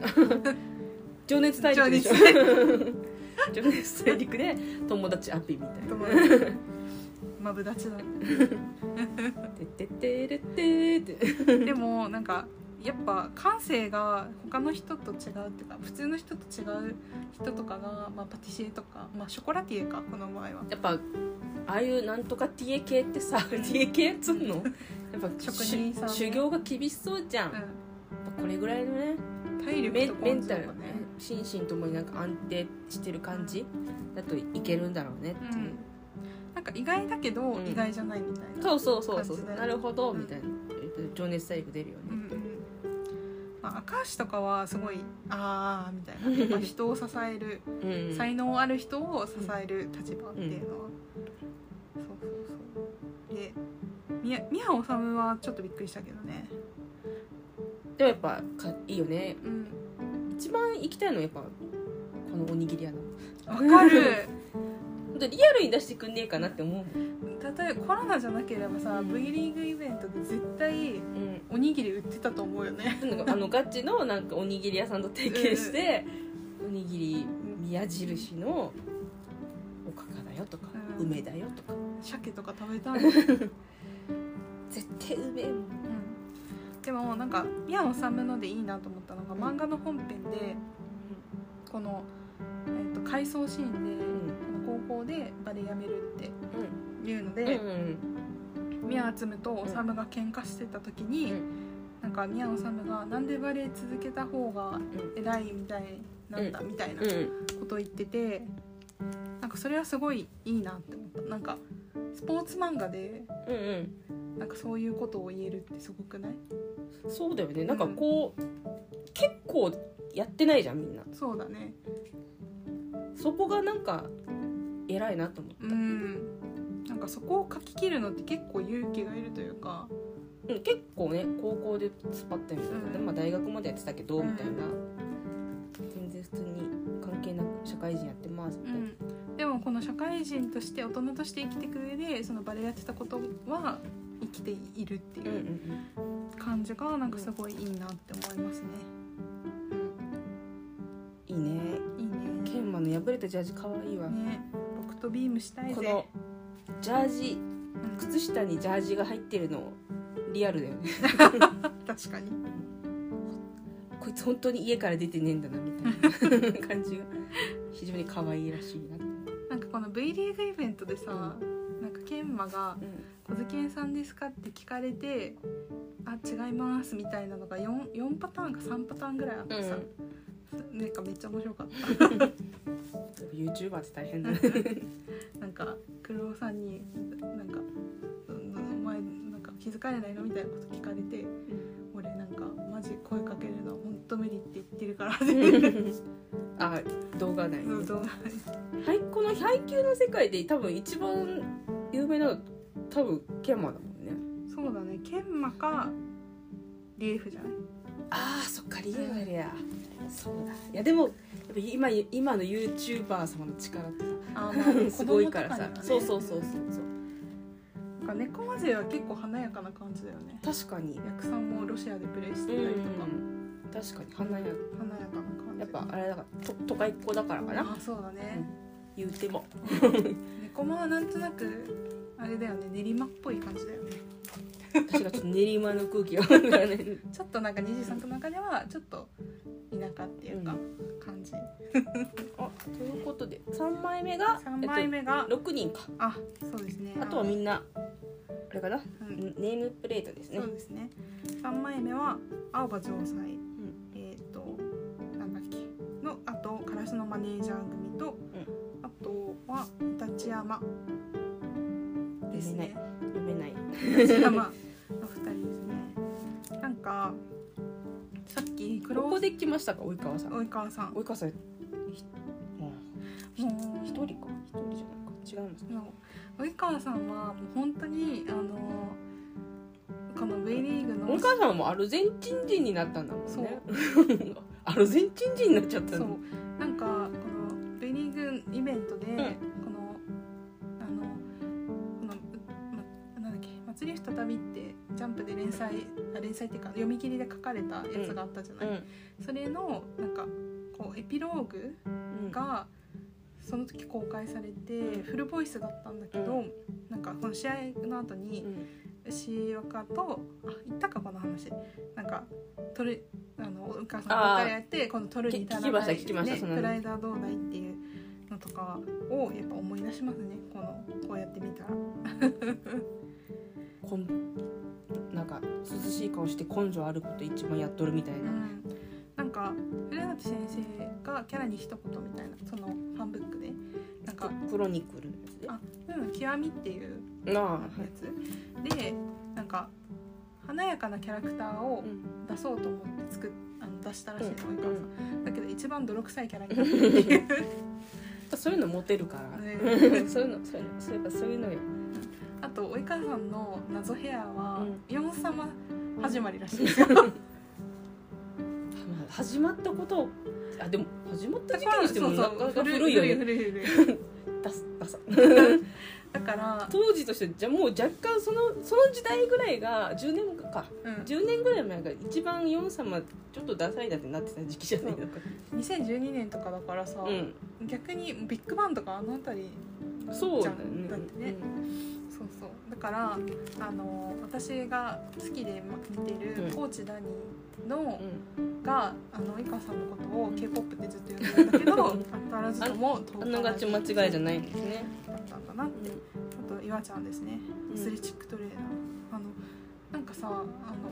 Speaker 2: 情熱大陸でしょ
Speaker 1: 情
Speaker 2: 情熱大陸で友達アピみた い
Speaker 1: 友
Speaker 2: な
Speaker 1: 達マブダチだ
Speaker 2: 「てってってれって」って
Speaker 1: でもなんかやっぱ感性が他の人と違うっていうか普通の人と違う人とかが、まあ、パティシエとか、まあ、ショコラティエかこの場合は
Speaker 2: やっぱああいうなんとか TA 系ってさ TA 系っつんのやっぱ
Speaker 1: 職人さんね
Speaker 2: しゅ修行が厳しそうじゃん、やっ
Speaker 1: う
Speaker 2: ぱこれぐらいのね
Speaker 1: ん、体
Speaker 2: メ
Speaker 1: 力と
Speaker 2: ンメ
Speaker 1: 根
Speaker 2: ン
Speaker 1: 性
Speaker 2: タ
Speaker 1: が
Speaker 2: ル、
Speaker 1: ね
Speaker 2: 心身ともになんか安定してる感じだといけるんだろうねっていう
Speaker 1: う、ん、なんか意外だけど、
Speaker 2: ん
Speaker 1: 意外じゃないみたいな
Speaker 2: そうそうそうそう
Speaker 1: 感じだよね
Speaker 2: なるほど、
Speaker 1: うん
Speaker 2: みたいな情熱大陸出るよね、
Speaker 1: うんうんまあ、赤石とかはすごいああみたいなやっぱ人を支える
Speaker 2: うん
Speaker 1: 才能ある人を支える立場っていうのは、そうそうそうで宮宮治はちょっとびっくりしたけどね、
Speaker 2: でもやっぱかいいよね
Speaker 1: うん、
Speaker 2: 一番行きたいのはやっぱこのおにぎり屋なの
Speaker 1: わか る
Speaker 2: 本当リアルに出してくんねえかなって思うもん、
Speaker 1: 例えばコロナじゃなければさ V リーグイベントで絶対
Speaker 2: うん
Speaker 1: おにぎり売ってたと思うよね
Speaker 2: なんかあのガチのなんかおにぎり屋さんと提携して、おにぎり宮印のおかかだよとか、
Speaker 1: うん
Speaker 2: 梅だよとか
Speaker 1: 鮭とか食べた い
Speaker 2: 絶対梅
Speaker 1: うんでもなんか宮治のでいいなと思ったのが漫画の本編でこの、えー、と回想シーンで、この高校でバレエやめるっていうの
Speaker 2: うんう
Speaker 1: で、
Speaker 2: ん
Speaker 1: 宮集とおさむが喧嘩してた時に、
Speaker 2: うん
Speaker 1: なんか宮治が「なんでバレエ続けた方が偉いみたいなんだ」みたいな
Speaker 2: うん
Speaker 1: ことを言っててなんかそれはすごいいいなって思ったなんかスポーツ漫画で
Speaker 2: うんうん
Speaker 1: なんかそういうことを言えるってすごくない
Speaker 2: うんそうだよねなんかこう、結構やってないじゃんみんな
Speaker 1: そうだね
Speaker 2: そこがなんか偉いなと思っ
Speaker 1: うんなんかそこを書き切るのって結構勇気がいるというか
Speaker 2: た、うん、結構ね高校で突っ張ってみたいな、
Speaker 1: うん
Speaker 2: まあ、大学までやってたけど、
Speaker 1: うん
Speaker 2: みたいな全然普通に関係なく社会人やってますみたいな、
Speaker 1: でもこの社会人として大人として生きていく上でそのバレエやってたことは生きているって
Speaker 2: うんう
Speaker 1: い
Speaker 2: んう
Speaker 1: うん感じがなんかすごいいいなって思いますね。
Speaker 2: いいね
Speaker 1: いい
Speaker 2: ケ
Speaker 1: ね。
Speaker 2: ンマの破れたジャージ可愛いわ、
Speaker 1: ね、僕とビームしたい
Speaker 2: こ
Speaker 1: ぜ
Speaker 2: の。ジャージ
Speaker 1: うん
Speaker 2: 靴下にジャージが入ってるのリアルだよね
Speaker 1: 確かに。
Speaker 2: こいつ本当に家から出てねえんだなみたいな感 じが非常に可愛いらしいな、
Speaker 1: なんかこの V リーグイベントでさ、なんか研磨が「小津健さんですか?」って聞かれて「あ違います」みたいなのが 4, 4パターンか3パターンぐらいあってさ、なんかめっちゃ面白かった。
Speaker 2: YouTuber って大変だね
Speaker 1: なんか黒尾さんになんか「うんお前なんか気づかれないの?」みたいなこと聞かれて「俺なんかマジ声かけるのは本当無理って言ってるから」って
Speaker 2: あ動画内
Speaker 1: の
Speaker 2: に
Speaker 1: 動画
Speaker 2: はいこの配給の世界で多分一番有名なのは多分研磨だもんね
Speaker 1: そうだね研磨かリーフじゃない
Speaker 2: あーそっかリアルやそうだいやでもやっぱ今今の YouTuber 様の力って
Speaker 1: あ
Speaker 2: さ すごいからさ、そうそうそうそうそ
Speaker 1: な
Speaker 2: う
Speaker 1: んか猫混ぜは結構華やかな感じだよね
Speaker 2: 確かに
Speaker 1: 役さんもロシアでプレイして
Speaker 2: う
Speaker 1: たりとか、
Speaker 2: ん確かに花屋
Speaker 1: 華やかな感じ
Speaker 2: やっぱあれだからと都会っ子だからかな
Speaker 1: あそうだね、
Speaker 2: 言うても
Speaker 1: 猫間はなんとなくあれだよね練馬っぽい感じだよね
Speaker 2: 私がちょっと練馬の空 気を分からない
Speaker 1: ちょっとなんか23区の中ではちょっと田舎っていうか感じ、
Speaker 2: あということで3枚目が
Speaker 1: 三3枚目が、
Speaker 2: 6人か
Speaker 1: あそうですね
Speaker 2: あとはみ
Speaker 1: なん
Speaker 2: なあれかな
Speaker 1: うん
Speaker 2: ネームプレートですね
Speaker 1: そうですね3枚目は青葉城西、
Speaker 2: ん
Speaker 1: えっ、となんだっけのあとカラスのマネージャー組と、あとは立山ですね
Speaker 2: 読めない
Speaker 1: 立山の2人ですねなんかさっき黒
Speaker 2: ここで来ましたか及川さん
Speaker 1: 及川さんも
Speaker 2: 及川さんひも
Speaker 1: う
Speaker 2: う一人か一人じゃないか違いますね
Speaker 1: もう及川さんはもう本当にあのこの V リーグの
Speaker 2: 及川さんはもうアルゼンチン人になったんだもん
Speaker 1: そう
Speaker 2: ね アルゼンチン人になっちゃった
Speaker 1: そ
Speaker 2: の
Speaker 1: うなんかこの V リーグイベントで、
Speaker 2: ん
Speaker 1: このあのこのまなんだっけ「祭り再び」ってジャンプで連載あ連載っていうか読み切りで書かれたやつがあったじゃない、それのなんかこうエピローグ
Speaker 2: うん
Speaker 1: がその時公開されて、フルボイスだったんだけど、
Speaker 2: う
Speaker 1: なんかこの試合の後に、
Speaker 2: うん
Speaker 1: 牛若とあ言ったかこの話なんかトルあのお母さん
Speaker 2: あー
Speaker 1: ばっかりやってこのトルリタラダイ
Speaker 2: 聞きました聞きましたその
Speaker 1: ね、プライダーどうだいっていうのとかをやっぱ思い出しますねこのこうやって見たら
Speaker 2: こんなんか涼しい顔して根性あること一番やっとるみたいな、
Speaker 1: うんなんか古舘先生がキャラに一言みたいなそのファンブックでなんか
Speaker 2: クロニクルのやつで
Speaker 1: あ「うん極み」っていう
Speaker 2: なあ、は
Speaker 1: やつでなんか華やかなキャラクターを
Speaker 2: い
Speaker 1: 出そうと思って作っあの出したらしいの及
Speaker 2: うん
Speaker 1: 川さんだけど一番泥臭いキャラになったっていう
Speaker 2: そういうのモテるから、
Speaker 1: ね
Speaker 2: そういうのそういうのそういえばそういうのよ
Speaker 1: あと及川さんの謎ヘアは、
Speaker 2: うん
Speaker 1: イオン様始まりらしいです よ
Speaker 2: まあ始まったことをあでも始まった時期にしてもなかな か古いよね
Speaker 1: 古い古い古い
Speaker 2: ダサダサ
Speaker 1: だから、
Speaker 2: 当時としてじゃもう若干そのその時代ぐらいが10年か
Speaker 1: うん、
Speaker 2: 10年ぐらい前が一番ヨン様ちょっとダサいなってなってた時期じゃないのか
Speaker 1: 2012年とかだからさ、
Speaker 2: うん
Speaker 1: 逆にビッグバンとかあの辺り
Speaker 2: そう
Speaker 1: じ
Speaker 2: だ
Speaker 1: ゃ
Speaker 2: よ
Speaker 1: ん
Speaker 2: ね
Speaker 1: だってねそうそうだからあの私が好きでま見てる
Speaker 2: うん
Speaker 1: コーチダニーの
Speaker 2: う、ん
Speaker 1: があの及川さんのことを k p o p ってずっと呼んでるんだけ ど当たらずとも
Speaker 2: あんながち間違いじゃないんですね、
Speaker 1: だったんだなってあと岩ちゃんですねアスレチックトレーナー、あのなんかさあの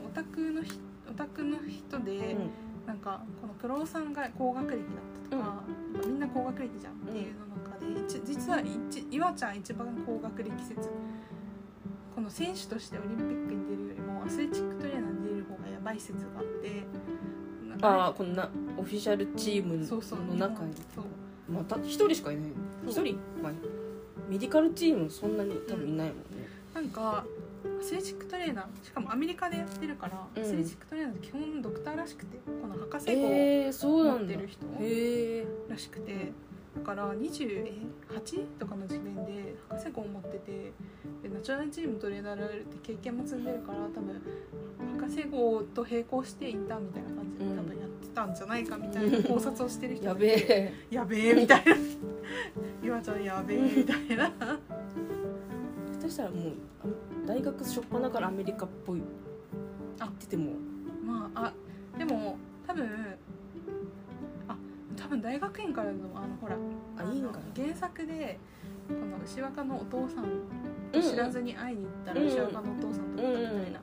Speaker 1: オタクのひオタクの人で、
Speaker 2: うん
Speaker 1: なんかこのプロさんが高学歴だったとか、みんな高学歴じゃんっていうのの中で、一実は一岩ちゃん一番高学歴説この選手としてオリンピックに出るよりもアスレチックトレーナーに出る方がやばい説があって
Speaker 2: ああこんなオフィシャルチーム
Speaker 1: そうそう
Speaker 2: の中に
Speaker 1: そう
Speaker 2: また一人しかいないの
Speaker 1: そ
Speaker 2: 一
Speaker 1: う
Speaker 2: 人まあメディカルチームそんなに多分いないもんね、
Speaker 1: なんかアスレチックトレーナーしかもアメリカでやってるから、
Speaker 2: うん
Speaker 1: アスレチックトレーナーって基本ドクターらしくてこの博士号を
Speaker 2: えー、そうな
Speaker 1: 持っ
Speaker 2: んだ
Speaker 1: て
Speaker 2: へ
Speaker 1: る人
Speaker 2: え
Speaker 1: らしくてだから28とかの時点で博士号を持っててでナチュラルチームトレーナーられるって経験も積んでるから多分博士号と並行してインターンみたいな感じで
Speaker 2: うん
Speaker 1: 多分やってたんじゃないかみたいな考察をしてる人
Speaker 2: やべえ
Speaker 1: やべえみたいな 「ゆわちゃんやべえ」みたいな
Speaker 2: 下手したらもうあ大学初っ端からアメリカっぽい
Speaker 1: あ
Speaker 2: あってても
Speaker 1: まああでも多分あ多分大学院からのあのほら
Speaker 2: あいいんかな
Speaker 1: 原作でこの牛若のお父さん
Speaker 2: うん
Speaker 1: 知らずに会いに行ったら
Speaker 2: うん
Speaker 1: 牛若のお父さんと会ったみたいな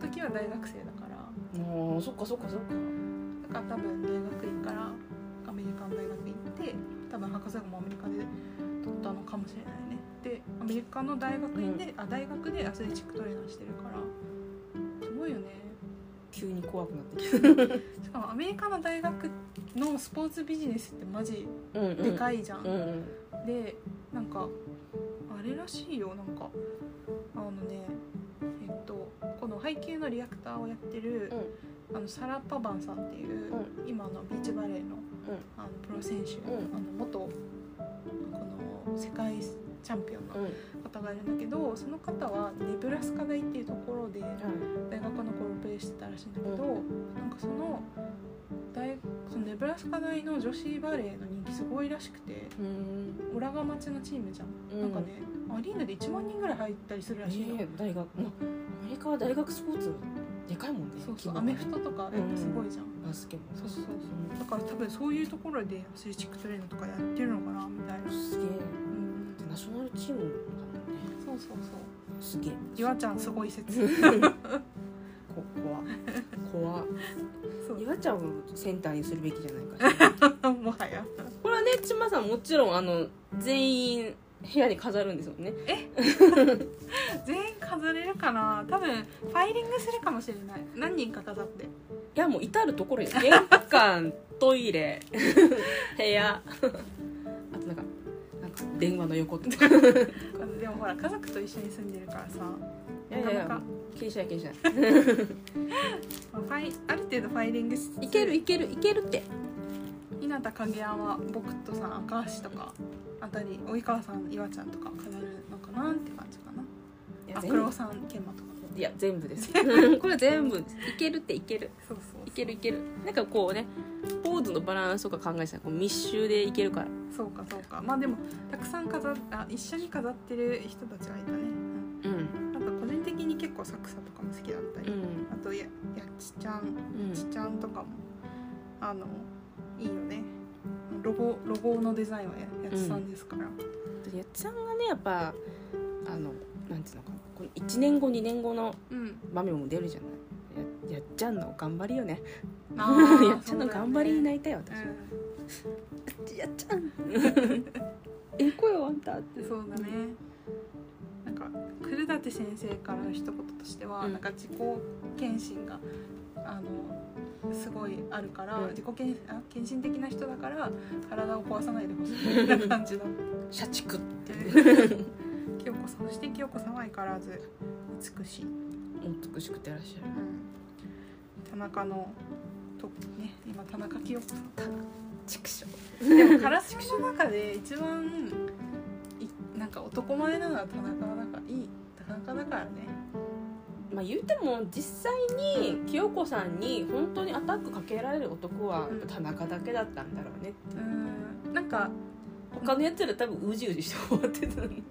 Speaker 1: 時は大学生だから
Speaker 2: ああそっかそっかそっか
Speaker 1: だから多分大学院からアメリカの大学院行って多分博士号もアメリカで取ったのかもしれないねでアメリカの大学院で、あ大学でアスレチックトレーナーしてるからすごいよね
Speaker 2: びっ急に怖くなってき
Speaker 1: しかもアメリカの大学のスポーツビジネスってマジ
Speaker 2: た、うん
Speaker 1: でか
Speaker 2: い、
Speaker 1: いじゃん、
Speaker 2: うんうん、
Speaker 1: でなんかあれらしいよなんかあのねえっとこの配給のリアクターをやってる、あのサラ・パバンさんっていう、
Speaker 2: う
Speaker 1: 今のビーチバレーの,、あのプロ選手、
Speaker 2: うん
Speaker 1: あの元この世界チャンピオンの方がいるんだけどその方はネブラスカ大っていうところで大学の頃プレーしてたらしいんだけど、なんかその大そのネブラスカ大の女子バレーの人気すごいらしくて。
Speaker 2: うん
Speaker 1: オラガ町のチームじゃん、
Speaker 2: うん
Speaker 1: なんかねアリーナで1万人ぐらい入ったりするらしいよ、
Speaker 2: ええ大学、まあ、アメリカは大学スポーツでかいもんね
Speaker 1: そうそうアメ
Speaker 2: 規模が
Speaker 1: フトとかやっぱすごいじゃん、
Speaker 2: バスケも
Speaker 1: そうそうそうだから多分そういうところでアスレチックトレーナーとかやってるのかなみたいな、
Speaker 2: すげ
Speaker 1: う
Speaker 2: え
Speaker 1: ん、
Speaker 2: ナショナルチームだもんね
Speaker 1: そうそうそう
Speaker 2: すげえ
Speaker 1: ゆわちゃんすごい説
Speaker 2: こ怖怖
Speaker 1: そ
Speaker 2: 岩ちゃんをセンターにするべきじゃないかしら
Speaker 1: う もはや
Speaker 2: これはねちまさんもちろんあの全員部屋に飾るんですよね
Speaker 1: 全員飾れるかな多分ファイリングするかもしれない何人か飾って
Speaker 2: いやもう至る所よ玄関 トイレ部屋あとなんかなんか電話の横 とか
Speaker 1: あのでもほら家族と一緒に住んでるからさ
Speaker 2: いやいやい
Speaker 1: なかな
Speaker 2: や
Speaker 1: か
Speaker 2: 気にしない気にしない
Speaker 1: まあファイある程度ファイリングし
Speaker 2: いけるいけるいけるって
Speaker 1: 日向影山は僕とさん赤橋とかあたり及川さん岩ちゃんとか飾るのかなって感じかない
Speaker 2: や
Speaker 1: あ
Speaker 2: 全部
Speaker 1: 黒さん研磨とか
Speaker 2: いや全部です これ全部ですいけるっていける
Speaker 1: そうそう
Speaker 2: いけるいけるなんかこうねポーズのバランスとか考えてたらこう密集でいけるから
Speaker 1: そうかそうかまあでもたくさん飾っあ一緒に飾ってる人たちはいたねうん
Speaker 2: うん
Speaker 1: なんか個人的に結構サクサとかも好きだったり、
Speaker 2: うん
Speaker 1: あとややちちゃん
Speaker 2: うん
Speaker 1: ちちゃんとかもあのいいよねロゴロゴのデザインはややちさんですから、
Speaker 2: やっちゃんがねやっぱあのなんていうのかなこの1年後2年後の
Speaker 1: うん
Speaker 2: 場面も出るじゃないややっちゃんの頑張りよね
Speaker 1: あー
Speaker 2: やっちゃんの頑張りになりたいよ
Speaker 1: そうだ
Speaker 2: 私
Speaker 1: よ
Speaker 2: は
Speaker 1: ね、
Speaker 2: やっちゃん ええ声よあんたって
Speaker 1: うんそうだねなんか古舘先生からの一言としては、
Speaker 2: うん
Speaker 1: なんか自己献身があのすごいあるから、
Speaker 2: うん
Speaker 1: 自己献あ献身的な人だから体を壊さないでほしい みたいな感じだっ
Speaker 2: 社畜って
Speaker 1: て清子さんそして清子さんは相変わらず美しい、
Speaker 2: 美しくてらっしゃる
Speaker 1: 田中のとね今田中清子さん
Speaker 2: 畜生
Speaker 1: でもカラスの中で一番いなんか男前なのは田中だからいい田中だからね
Speaker 2: まあ言うても実際に清子さんに本当にアタックかけられる男はやっぱ田中だけだったんだろうね
Speaker 1: うんなんか
Speaker 2: 他のやつら多分うじうじして終わってたのに、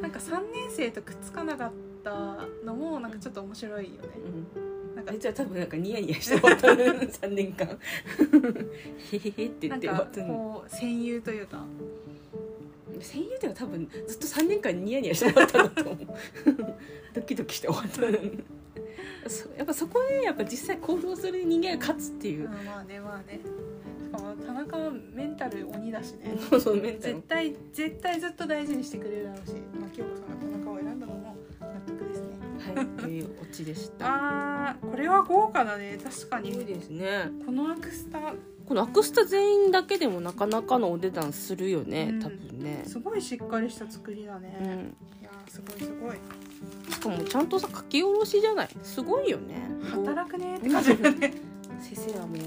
Speaker 1: なんか3年生とくっつかなかったのもなんかちょっと面白いよねなん
Speaker 2: あ
Speaker 1: か
Speaker 2: いつは多分なんかニヤニヤして終わったの 3年間へへへって言
Speaker 1: な
Speaker 2: っ
Speaker 1: ん
Speaker 2: て終わ
Speaker 1: か
Speaker 2: ったの
Speaker 1: こう戦友というか
Speaker 2: 声優では多分ずっと3年間ニヤニヤして終わったんだと 思うドキドキして終わったのにそやっぱそこでやっぱ実際行動する人間が勝つっていうう、
Speaker 1: んまあねまあねしかも田中はメンタル鬼だしね
Speaker 2: そうそうメンタル
Speaker 1: 絶対絶対ずっと大事にしてくれるだろうしまあ京子さんが田中を選んだのも納得ですね
Speaker 2: はいというオチでした
Speaker 1: あーこれは豪華だね確か
Speaker 2: すごい
Speaker 1: に
Speaker 2: ですね
Speaker 1: このアクスタ
Speaker 2: このアクスタ全員だけでもなかなかのお値段するよね、
Speaker 1: うん
Speaker 2: 多分ね、
Speaker 1: すごいしっかりした作りだね、
Speaker 2: う
Speaker 1: い
Speaker 2: ん、
Speaker 1: やーすごいすごい
Speaker 2: しかもちゃんとさ書き下ろしじゃないすごいよね
Speaker 1: 働くねーって感じだね
Speaker 2: 先生はもう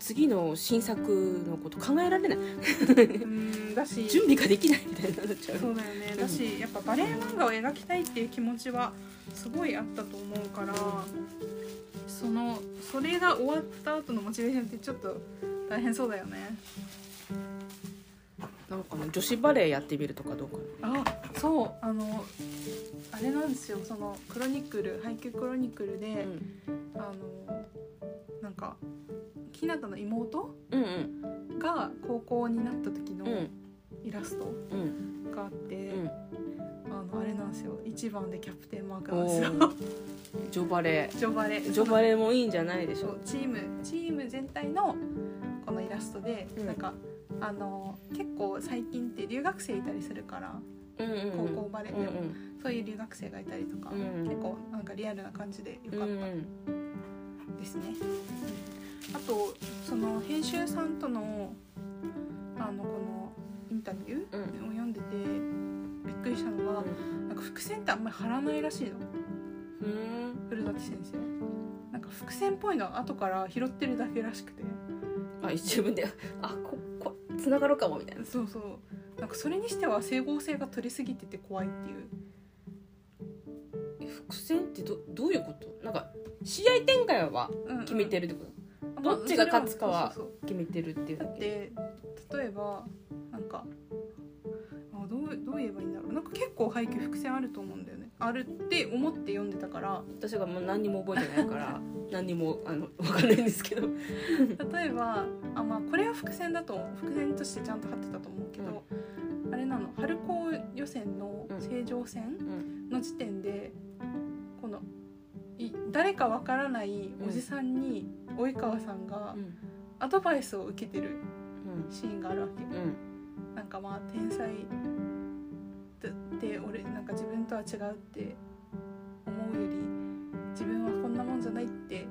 Speaker 2: 次の新作のこと考えられない
Speaker 1: うんだし
Speaker 2: 準備ができないみたいになっちゃう
Speaker 1: そうだよねだしやっぱバレエ漫画を描きたいっていう気持ちはすごいあったと思うからそのそれが終わった後のモチベーションってちょっと大変そうだよね
Speaker 2: なんかね女子バレエやってみるとかどうかな
Speaker 1: あそうあのあれなんですよそのクロニクル「配給クロニクルで」
Speaker 2: うん
Speaker 1: あのなんかひなたの妹
Speaker 2: うん
Speaker 1: が高校になった時
Speaker 2: うんう
Speaker 1: の
Speaker 2: ん
Speaker 1: イラスト
Speaker 2: うん
Speaker 1: があって、
Speaker 2: うん
Speaker 1: あのあれなんですよ一番でキャプテンマークなん
Speaker 2: お
Speaker 1: ですよ
Speaker 2: ージョバレ
Speaker 1: ジョバレ
Speaker 2: ジョバレもいいんじゃないでし
Speaker 1: そ
Speaker 2: ょう
Speaker 1: うチームチーム全体のこのイラストで、
Speaker 2: うん
Speaker 1: なんかあの結構最近って留学生いたりするから
Speaker 2: うんうんうん
Speaker 1: 高校バレエ
Speaker 2: う
Speaker 1: で
Speaker 2: ん
Speaker 1: もそういう留学生がいたりとか、
Speaker 2: うん
Speaker 1: 結構なんかリアルな感じでよ
Speaker 2: う
Speaker 1: かった、
Speaker 2: んうん
Speaker 1: ですね。あとその編集さんとのあのこのインタビュ
Speaker 2: うん
Speaker 1: ーを読んでてびっくりしたのは、なんか伏線ってあんまり貼らないらしいの
Speaker 2: うん
Speaker 1: 古舘先生。なんか伏線っぽいのは後から拾ってるだけらしくて
Speaker 2: あ自分であここ繋がるかもみたいな
Speaker 1: そうそうなんかそれにしては整合性が取りすぎてて怖いっていう
Speaker 2: え伏線ってどどういうことなんか試合展開は
Speaker 1: うんうん
Speaker 2: 決めてるってこと、
Speaker 1: まあ
Speaker 2: どっちが勝つかは
Speaker 1: そうそうそう
Speaker 2: 決めてるっていう
Speaker 1: だ
Speaker 2: だ
Speaker 1: っ
Speaker 2: け
Speaker 1: て例えばなんかあどうどう言えばいいんだろうなんか結構背景伏線あると思うんだよねあるって思って読んでたから
Speaker 2: 私がもう何にも覚えてないから 何にもあの分かんないんですけど
Speaker 1: 例えばあ、まあ、これは伏線だと伏線としてちゃんと貼ってたと思うけど、あれなの春高予選の正常戦
Speaker 2: ん
Speaker 1: の時点で、このい誰かわからないおじさんに及川さんが
Speaker 2: うん
Speaker 1: アドバイスを受けてる
Speaker 2: うん
Speaker 1: シーンがあるわけ。
Speaker 2: うん
Speaker 1: なんかまあ天才だって俺なんか自分とは違うって思うより自分はこんなもんじゃないって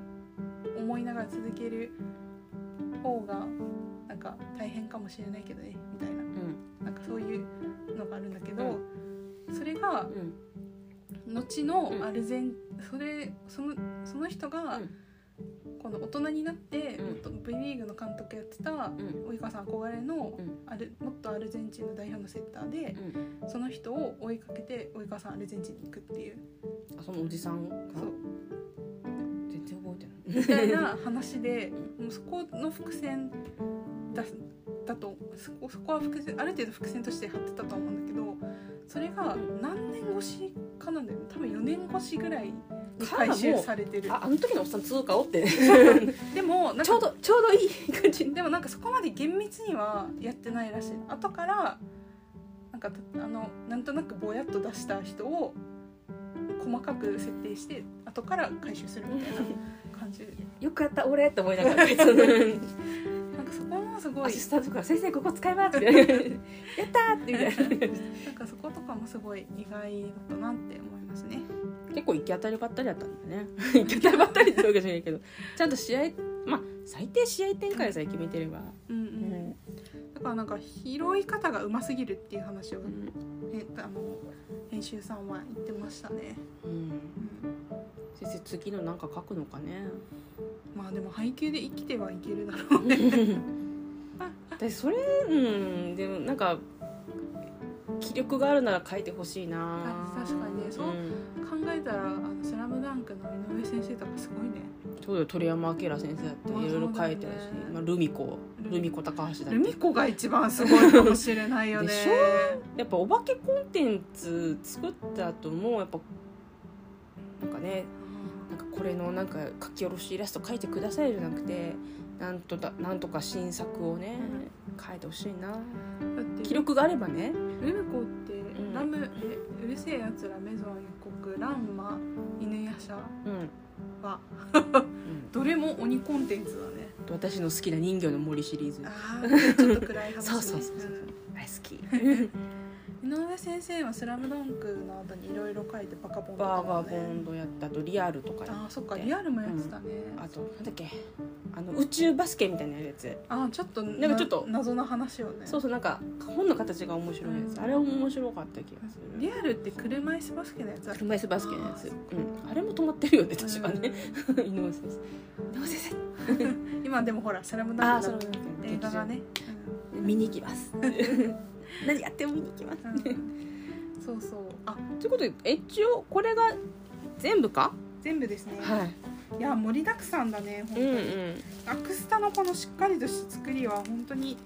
Speaker 1: 思いながら続ける方がなんか大変かもしれないけどねみたいな
Speaker 2: うん
Speaker 1: なんかそういうのがあるんだけど、それが後のアルゼン、それそのその人が、
Speaker 2: うん
Speaker 1: この大人になって、
Speaker 2: うん
Speaker 1: もっと V リーグの監督やってた
Speaker 2: うん
Speaker 1: 及川さん憧れの
Speaker 2: うん
Speaker 1: アルもっとアルゼンチンの代表のセッターで
Speaker 2: うん
Speaker 1: その人を追いかけて及川さんアルゼンチンに行くっていう
Speaker 2: あそのおじさんが
Speaker 1: そう
Speaker 2: 全然覚えてない
Speaker 1: み たいな話でもうそこの伏線だだとそこそこは伏線ある程度伏線として貼ってたと思うんだけどそれが何年越しかなんだよね多分4年越しぐらいに回収されてる
Speaker 2: ああの時のおっさん通過をって
Speaker 1: でもなんか
Speaker 2: ちょうどちょうどいい感じ
Speaker 1: でもなんかそこまで厳密にはやってないらしい後からなんかたあのなんとなくぼやっと出した人を細かく設定して後から回収するみたいな感 じ
Speaker 2: よくやった俺って思いなが らうん
Speaker 1: なんかそこもすご
Speaker 2: ア
Speaker 1: い
Speaker 2: シスタントから「先生ここ使います」ってやった ーってみたいな
Speaker 1: なんかそことかもすごい意外だったなって思いますね
Speaker 2: 結構行き当たりばったりだったんだね 行き当たりばったりってわけじゃないけどちゃんと試合まあ最低試合展開さえ決めてれば、
Speaker 1: うんう、
Speaker 2: うん
Speaker 1: だからなんか拾い方がうますぎるっていう話を、ね、あの編集さんは言ってましたね、
Speaker 2: うん
Speaker 1: うん、
Speaker 2: 先生次のなんか書くのかね
Speaker 1: まあでも配給で生きてはいけるだろうね
Speaker 2: 私それうんでもなんか気力があるなら書いてほしいな
Speaker 1: あ確かにねそう
Speaker 2: うん
Speaker 1: 考えたらあの「スラムダンクの井上先生とかすごいね
Speaker 2: そうだよ鳥山明先生だってい
Speaker 1: まあ
Speaker 2: ろいろ書いてるし
Speaker 1: そうだよ、ね
Speaker 2: まあ、ルミ子
Speaker 1: ルミ
Speaker 2: ルミ子高橋だっ
Speaker 1: ル
Speaker 2: て
Speaker 1: ミ子が一番すごいかもしれないよね
Speaker 2: でしやっぱお化けコンテンツ作った後もやっぱなんかねなんかこれのなんか書き下ろしイラスト書いてくださいじゃなくてなんとだなんとか新作をね書いてほしいな
Speaker 1: だって
Speaker 2: 記録があればね
Speaker 1: ルミ子って、
Speaker 2: ん
Speaker 1: ラムえうるせえやつらメゾン一国ランマ犬夜叉
Speaker 2: うん、
Speaker 1: は
Speaker 2: うん、
Speaker 1: どれも鬼コンテンツだね
Speaker 2: 私の好きな人魚の森シリーズ大好
Speaker 1: ああちょっと暗い話、ね、
Speaker 2: そうそうそうそき
Speaker 1: うん井上先生は「スラムダンクの後にいろいろ書いてバカボンと
Speaker 2: バ
Speaker 1: か
Speaker 2: ー
Speaker 1: も
Speaker 2: バーボンドやったとリアルとか
Speaker 1: あ
Speaker 2: や
Speaker 1: あそっかリアルもやってたね、
Speaker 2: あとなんだっけあの宇宙バスケみたいなやつ
Speaker 1: ああちょっとなん
Speaker 2: かちょっと
Speaker 1: 謎の話をね
Speaker 2: そうそうなんか本の形が面白いやつ、
Speaker 1: うん
Speaker 2: あれ面白かった気がする
Speaker 1: リアルって車椅子バスケのやつだっけ
Speaker 2: 車椅子バスケのやつ
Speaker 1: あーそ
Speaker 2: うん、あれも止まってるよね確かね 井上先生井上先
Speaker 1: うん 今でもほら「スラム
Speaker 2: 生あ
Speaker 1: ダ
Speaker 2: あ
Speaker 1: ンクの
Speaker 2: そうなんだ
Speaker 1: 映画がね、
Speaker 2: 見に行きます 何やっても見に行きます
Speaker 1: うんうんそう そうあ
Speaker 2: ということでえ一応これが全部か
Speaker 1: 全部ですね、
Speaker 2: はい
Speaker 1: い、や盛りだくさんだね本当
Speaker 2: うん
Speaker 1: に、
Speaker 2: うん
Speaker 1: アクスタのこのしっかりとした作りは本当に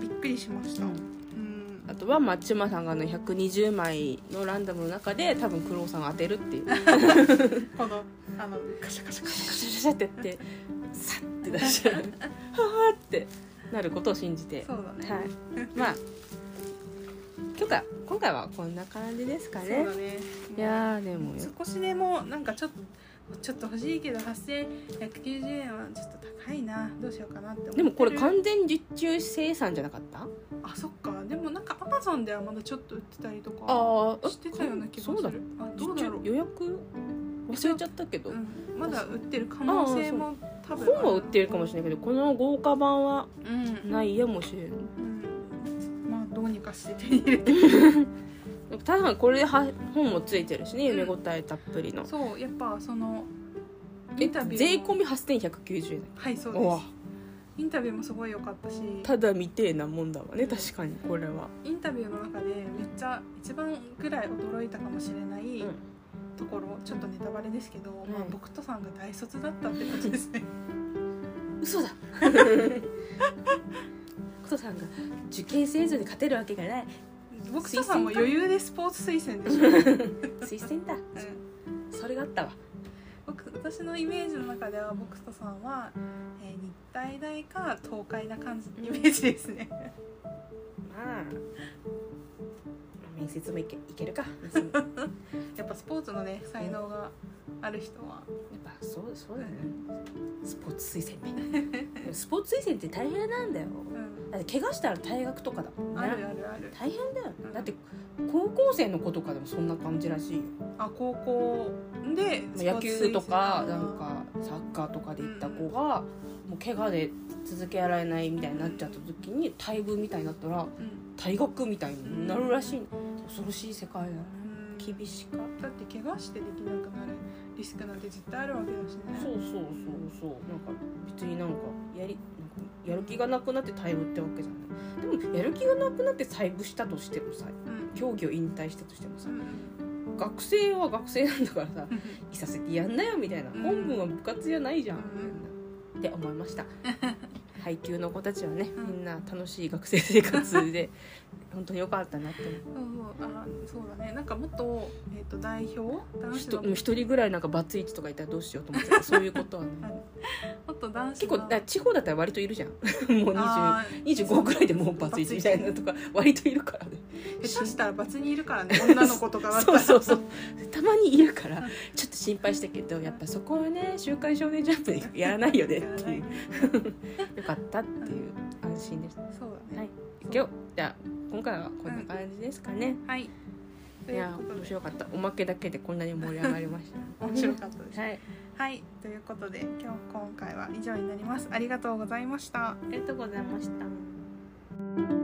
Speaker 1: びっくりしました、う
Speaker 2: うん
Speaker 1: ん
Speaker 2: あとは松島さんがあの120枚のランダムの中で多分クロウさんが当てるっていう
Speaker 1: このあのカシャカシャカシ
Speaker 2: シャシャシャシャってやってさって出しちゃうはあってなることを信じて
Speaker 1: ャそうだね、
Speaker 2: はい。まあ今日か今回はこんな感じですか
Speaker 1: そう
Speaker 2: ね
Speaker 1: だ。ね
Speaker 2: いやーでもよ。
Speaker 1: 少しでもなんかちょっとちょっと欲しいけど8190円はちょっと高いなどうしようかなって思って
Speaker 2: で
Speaker 1: る
Speaker 2: もこれ完全受注生産じゃなかった？あ
Speaker 1: あそっかでもなんかアマゾンではまだちょっと売ってたりとか
Speaker 2: あ
Speaker 1: してたような気がする
Speaker 2: そうだ。
Speaker 1: あどうだろう
Speaker 2: 受注予約忘れちゃったけど、
Speaker 1: うんまだ売ってる可能性も多分
Speaker 2: 本は売ってるかもしれないけどこの豪華版は
Speaker 1: うん
Speaker 2: ないやもしれない
Speaker 1: うんまあどうにかして手に入れて
Speaker 2: ただこれでは本もついてるしね読み応えたっぷりの、
Speaker 1: そうやっぱそのイ
Speaker 2: え
Speaker 1: ンタビューも
Speaker 2: 税込み8190円
Speaker 1: はいそう
Speaker 2: う
Speaker 1: で
Speaker 2: わ
Speaker 1: すインタビューもすごい良かったした
Speaker 2: だ見てえなもんだわね確かにこれは、
Speaker 1: インタビューの中でめっちゃ一番ぐらい驚いたかもしれない、
Speaker 2: うん
Speaker 1: ところちょっとネタバレですけど、
Speaker 2: ん
Speaker 1: まあ、僕とさんが大卒だったってことですね
Speaker 2: 嘘 だコトさんが受験生像に勝てるわけがない
Speaker 1: 僕とさんも
Speaker 2: 推薦か
Speaker 1: 余裕でスポーツ推薦でしょ、うん
Speaker 2: 推薦だそれがあったわ
Speaker 1: 僕私のイメージの中では僕とさんは、えー日体大か東海な感じイメージですね
Speaker 2: まあ面接もいけいけるか やっ
Speaker 1: やっぱスポーツのね才能がある人は
Speaker 2: ぱそうそうだよねスポーツ推薦ねでもスポーツ推薦って大変なんだよ
Speaker 1: うん
Speaker 2: だって怪我したら退学とかだもん
Speaker 1: ある
Speaker 2: ね
Speaker 1: あるある
Speaker 2: 大変だよ
Speaker 1: うん
Speaker 2: だって高校生の子とかでもそんな感じらしいよ
Speaker 1: あ高校で
Speaker 2: まあ野球とかなん
Speaker 1: か
Speaker 2: かサッカーとかで行った子がもう怪我で続けられないみたいになっちゃった時に退部みたいになったら退学みたいになるらしい恐ろしい世界だね
Speaker 1: うん
Speaker 2: 厳しか
Speaker 1: だって怪我してできなくなるリスクなんて絶対あるわけだしね
Speaker 2: そうそうそうそうなんか別になんかやりなんかやる気がなくなって退部ってわけじゃないでもやる気がなくなって退部したとしてもさ
Speaker 1: うん
Speaker 2: 競技を引退したとしてもさ
Speaker 1: うん
Speaker 2: 学生は学生なんだからさ
Speaker 1: うん
Speaker 2: いさせてやんなよみたいな、
Speaker 1: うん
Speaker 2: 本文は部活じゃないじゃん、
Speaker 1: うん
Speaker 2: って思い ました配給の子たちはね、
Speaker 1: うん
Speaker 2: みんな楽しい学生生活で 本当に良かったなって思う
Speaker 1: そうそうあそうだねなんかもっと,、えっと代表男子
Speaker 2: ひと
Speaker 1: の
Speaker 2: もう一人ぐらいなんかバツイチとかいたらどうしようと思ってたそういうことはね
Speaker 1: もっと男子
Speaker 2: 結
Speaker 1: の
Speaker 2: 構だから地方だったら割といるじゃん もう20
Speaker 1: あー
Speaker 2: 25ぐらいでもうバツイチみたいなのとか割といるからね
Speaker 1: 下手したら罰にいるからね女の子とかだった
Speaker 2: そう
Speaker 1: ら
Speaker 2: そうそうたまにいるからちょっと心配したけどやっぱそこはね「週刊少年ジャンプ」でやらないよねっていうよかったっていう安心でした
Speaker 1: そうだね
Speaker 2: はい今日じゃあ今回はこんな感じですかね、
Speaker 1: はいと
Speaker 2: い
Speaker 1: いう
Speaker 2: や
Speaker 1: こと
Speaker 2: 面
Speaker 1: で
Speaker 2: 白かったおまけだけでこんなに盛り上がりました
Speaker 1: 面白かったです
Speaker 2: はい
Speaker 1: はいということで今日今回は以上になりますありがとうございました
Speaker 2: ありがとうございました